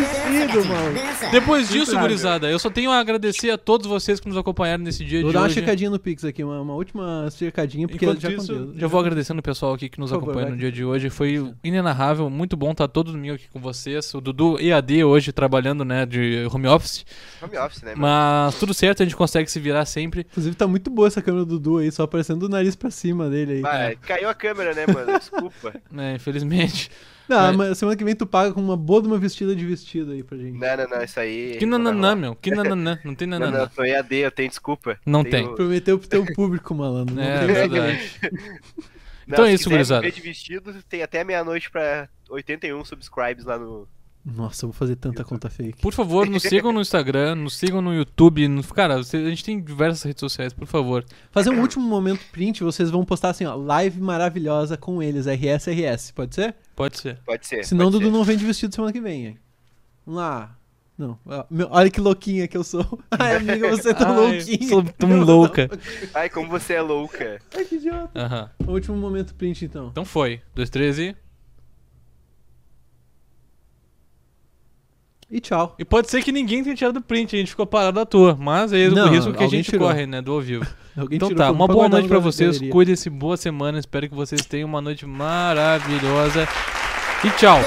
C: vestido, mano.
B: Depois
C: Sim,
B: disso,
C: sabe.
B: gurizada, eu só tenho a agradecer a todos vocês que nos acompanharam nesse dia
C: Vou
B: de
C: dar uma
B: hoje.
C: checadinha no Pix aqui, uma, uma última cercadinha, porque
B: Enquanto
C: já tá
B: isso,
C: aconteceu.
B: já vou agradecendo o pessoal aqui que nos
C: né? Por favor,
B: acompanha no
C: vai.
B: dia de hoje. Foi inenarrável, muito bom estar todo domingo aqui com vocês. O Dudu EAD hoje trabalhando, né, de home office.
A: Home office, né, meu?
B: Mas tudo certo, a gente consegue se virar sempre.
C: Inclusive, tá muito boa essa câmera do Dudu aí, só aparecendo o nariz pra cima dele aí.
A: Vai, caiu a câmera, né, mano? Desculpa.
B: né, infelizmente.
C: Não,
B: Mas-
C: mas semana que vem tu paga com uma boa de uma vestida de vestido aí pra gente.
A: Não, não, não, isso aí.
B: Que
A: não vai
B: nananã,
A: rolar.
B: meu. Que nananã. Não tem
A: Não, não, eu
B: nananã.
A: sou EAD, eu tenho desculpa.
B: Não
A: Tenho-
B: tem.
C: Prometeu pro teu público, malandro. não
B: É,
C: tem jeito.
B: verdade.
A: Não,
B: Então é
A: se
B: isso,
A: quiser me
B: gurizada.
A: ver de vestido, tem até meia-noite pra 81 subscribes lá no.
C: Nossa, eu vou fazer tanta conta fake.
B: Por favor, nos sigam no Instagram, nos sigam no YouTube. no- Cara, você- a gente tem diversas redes sociais, por favor.
C: Fazer um último momento print, vocês vão postar assim, ó, live maravilhosa com eles, RS, RS, pode ser?
B: É, Pode ser.
A: Pode ser.
C: Senão o
A: pode
C: Dudu
A: ser.
C: não vem de vestido semana que vem, hein? Vamos lá. Não, ó, meu- olha que louquinha que eu sou. Ai, amiga, você tá
B: Ai,
C: louquinha.
B: Sou tão louca.
A: Ai, como você é louca.
C: Ai, que idiota.
B: Aham.
C: Último momento print, então.
B: Então foi. Dois, três e.
C: E tchau.
B: E pode ser que ninguém tenha tirado print, a gente ficou parado à toa. Mas é
C: Não,
B: o risco que a
C: alguém
B: gente
C: tirou.
B: corre, né? Do ao vivo.
C: Alguém
B: então
C: tirou
B: tá,
C: pra-
B: uma
C: pra
B: boa
C: guardar
B: noite
C: no
B: pra
C: lugar de
B: vocês.
C: galeria.
B: Cuidem-se, boa semana. Espero que vocês tenham uma noite maravilhosa. E tchau.